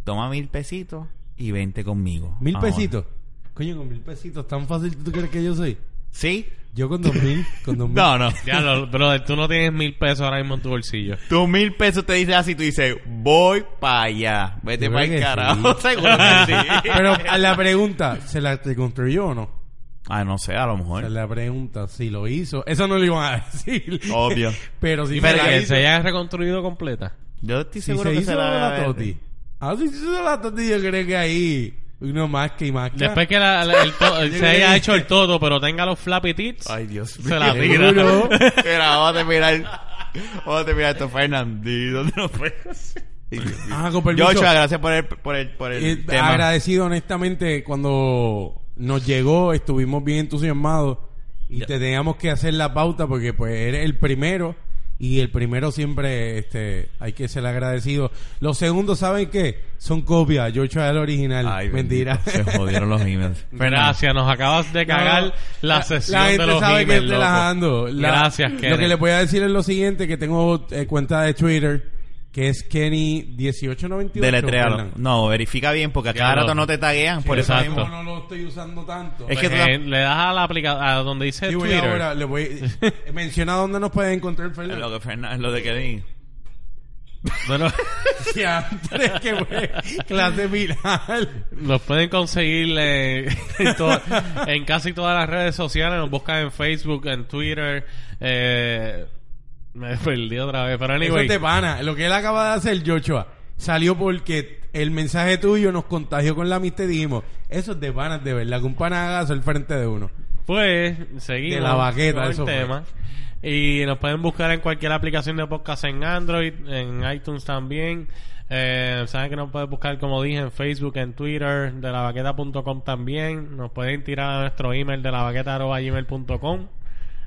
"Toma mil pesitos y vente conmigo."
¿Mil
Ahora.
pesitos? Coño, con mil pesitos, tan fácil tú crees que yo soy.
¿Sí?
Yo con dos mil,
*laughs*
con dos mil.
No, no.
Ya, lo- brother, tú no tienes mil pesos ahora mismo en tu bolsillo.
Tú mil pesos te dices así, tú dices, voy para allá. Vete
Yo
para
creo
el
que
carajo, *laughs*
sí.
seguro que sí.
*laughs* Pero a la pregunta, ¿se la reconstruyó o no?
Ah, no sé, a lo
Se
mejor.
la pregunta, si lo hizo. Eso no lo iban a decir.
Obvio.
*laughs* *laughs* Pero si
Pero
se la
que
hizo.
se haya reconstruido completa.
Yo estoy
Si
seguro
se
que
hizo
se la
la toti. Ah, si se hizo la toti, yo creo que ahí. Uno más que y más que.
Después que la- la- el to-
*laughs*
se haya hecho el todo, pero tenga los flappy tits,
Ay, Dios mío.
se la tira.
Seguro.
Mira, vamos a *laughs* terminar. Vamos a terminar esto, Fernandito. ¿Dónde nos puedes?
Ah, con permiso.
Joshua, gracias por el, por el, por el
Eh,
tema.
agradecido honestamente cuando nos llegó estuvimos bien entusiasmados y te teníamos que hacer la pauta porque pues eres el primero y el primero siempre este hay que ser agradecido los segundos saben qué son copias yo hecho el original
Ay,
mentira
bendito, Se jodieron los emails.
Gracias, nos acabas de cagar
*laughs* No,
la sesión
gente
de los
sabe que
emails,
estoy
loco.
relajando. La-
Gracias,
Lo que
Kenneth.
le voy a decir es lo siguiente, que tengo eh, cuenta de Twitter que es Kenny 1898.
Deletrealo.
Fernan.
No, verifica bien porque a cada
Diablo.
rato no te taguean, por eso
exacto.
mismo.
No, no lo estoy usando tanto.
Pues,
Es que tú la-
eh, le das a la aplicación a donde *laughs* dice
Y voy
Twitter.
ahora, le voy, eh, menciona dónde nos pueden encontrar, Fernan.
Lo que Fernan- lo de Kenny.
Bueno, *laughs*
*laughs* Diantre, qué buen- clase viral.
Los pueden conseguir eh, en, *laughs* to- en casi todas las redes sociales. Nos buscan en Facebook, en Twitter. eh, me *laughs* perdí otra vez. Pero
Eso
anyway,
es de pana. Lo que él acaba de hacer, Joshua, salió porque el mensaje tuyo nos contagió con la amistad y dijimos, eso es de pana, de verdad, que un pana haga eso al frente de uno.
pues seguimos
De la baqueta,
con el
eso fue.
tema. Y nos pueden buscar en cualquier aplicación de podcast en Android, en iTunes también. Eh, Saben que nos pueden buscar, como dije, en Facebook, en Twitter, de la también. Nos pueden tirar a nuestro email de la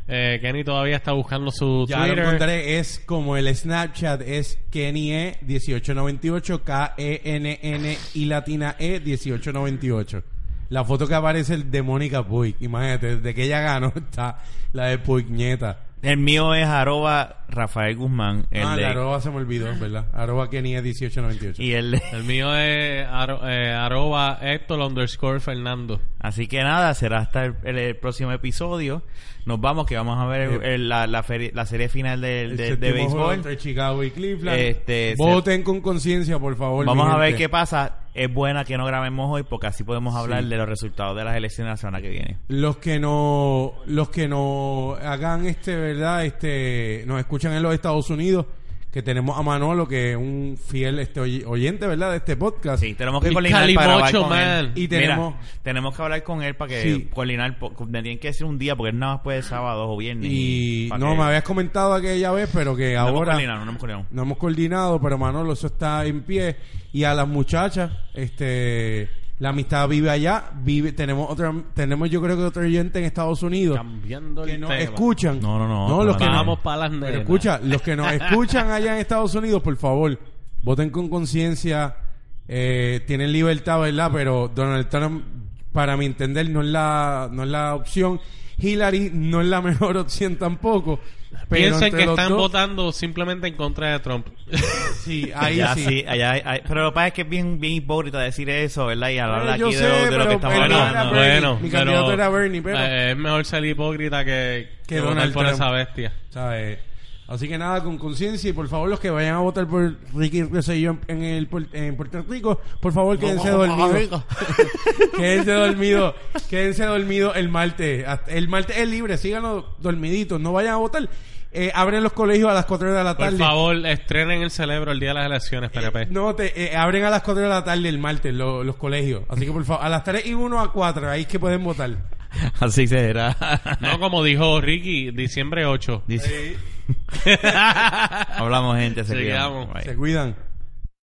Eh, Kenny todavía está buscando su
Ya
Twitter.
lo encontré, es como el Snapchat, es Kenny E 1898, K-E-N-N E y latina E 1898. La foto que aparece es de Mónica Puig, imagínate, desde que ella ganó *laughs* está la de Puigñeta.
El mío es arroba Rafael Guzmán. El
ah,
de-
la arroba se me olvidó, ¿verdad? Arroba Kenny E 1898.
Y el de-
El mío es aro- eh, arroba Héctor underscore Fernando.
Así que nada, será hasta el, el- el próximo episodio. Nos vamos, que vamos a ver el- el- la, la, feri- la serie final del-
Eh,
de,
El
de,
séptimo juego
béisbol.
entre Chicago y Cleveland.
Este,
Voten con conciencia, por favor.
Vamos
mi
a ver
gente.
qué pasa. Es buena que no grabemos hoy porque así podemos hablar de los resultados de las elecciones la semana que viene.
los que no los que no hagan este verdad este nos escuchan en los Estados Unidos que tenemos a Manolo que es un fiel este oy- oyente verdad de este podcast
Sí, tenemos que
Y
coordinar para hablar
Calimocho,
con él.
man.
Y tenemos-
Mira, tenemos que hablar con él para que
Sí.
coordinar. po- Tienen que ser un día porque él nada más puede sábado o viernes.
y
para
no
que-
me habías comentado aquella vez pero que
no hemos
ahora
coordinado, no hemos coordinado.
no hemos coordinado pero Manolo eso está en pie y a las muchachas este la amistad vive allá vive tenemos otra tenemos yo creo que otro oyente en Estados Unidos
Cambiando
que
el
nos
tema.
escuchan
No, no, no,
no los que no,
Vamos para las nenas.
Pero escucha, los que
*laughs*
nos escuchan allá en Estados Unidos, por favor, voten con conciencia. eh, tienen libertad, ¿verdad? Pero Donald Trump, para mi entender, no es la, no es la opción. Hillary no es la *laughs* mejor opción tampoco. Pero
Piensen
entre
que
los
están
dos,
votando simplemente en contra de
*laughs*
Trump.
Sí, ahí
Allá
sí.
sí, allá hay- hay- pero lo que pasa es que es bien, bien hipócrita decir eso, ¿verdad? Y hablar
Pero
aquí de,
Eh, yo sé,
lo- de lo
pero pues,
que estamos
Bernie
hablando.
era Bernie. Mi candidato era Bernie, pero-
eh, es mejor ser hipócrita que,
Que
que votar
Donald
por
Trump.
esa bestia.
¿sabes? Así que nada, con conciencia y por favor los que vayan a votar por Ricky Rosselló en, en, el, puer- en Puerto Rico, por favor quédense dormidos. *laughs* quédense dormidos, quédense dormidos el martes. Hasta- El martes es libre, síganos dormiditos, no vayan a votar. Eh, abren los colegios a las 4 de la
Por
tarde.
favor, estrenen el cerebro el día de las elecciones, PNP.
No, te, eh, abren a las 4 de la tarde el martes lo- los colegios. Así que por favor, a las 3 y 1 a 4, ahí es que pueden votar.
*laughs* Así será.
No, como dijo Ricky, diciembre 8.
Dice- Hablamos, gente. Se
Seguimos.
cuidan. Bye.
Se cuidan.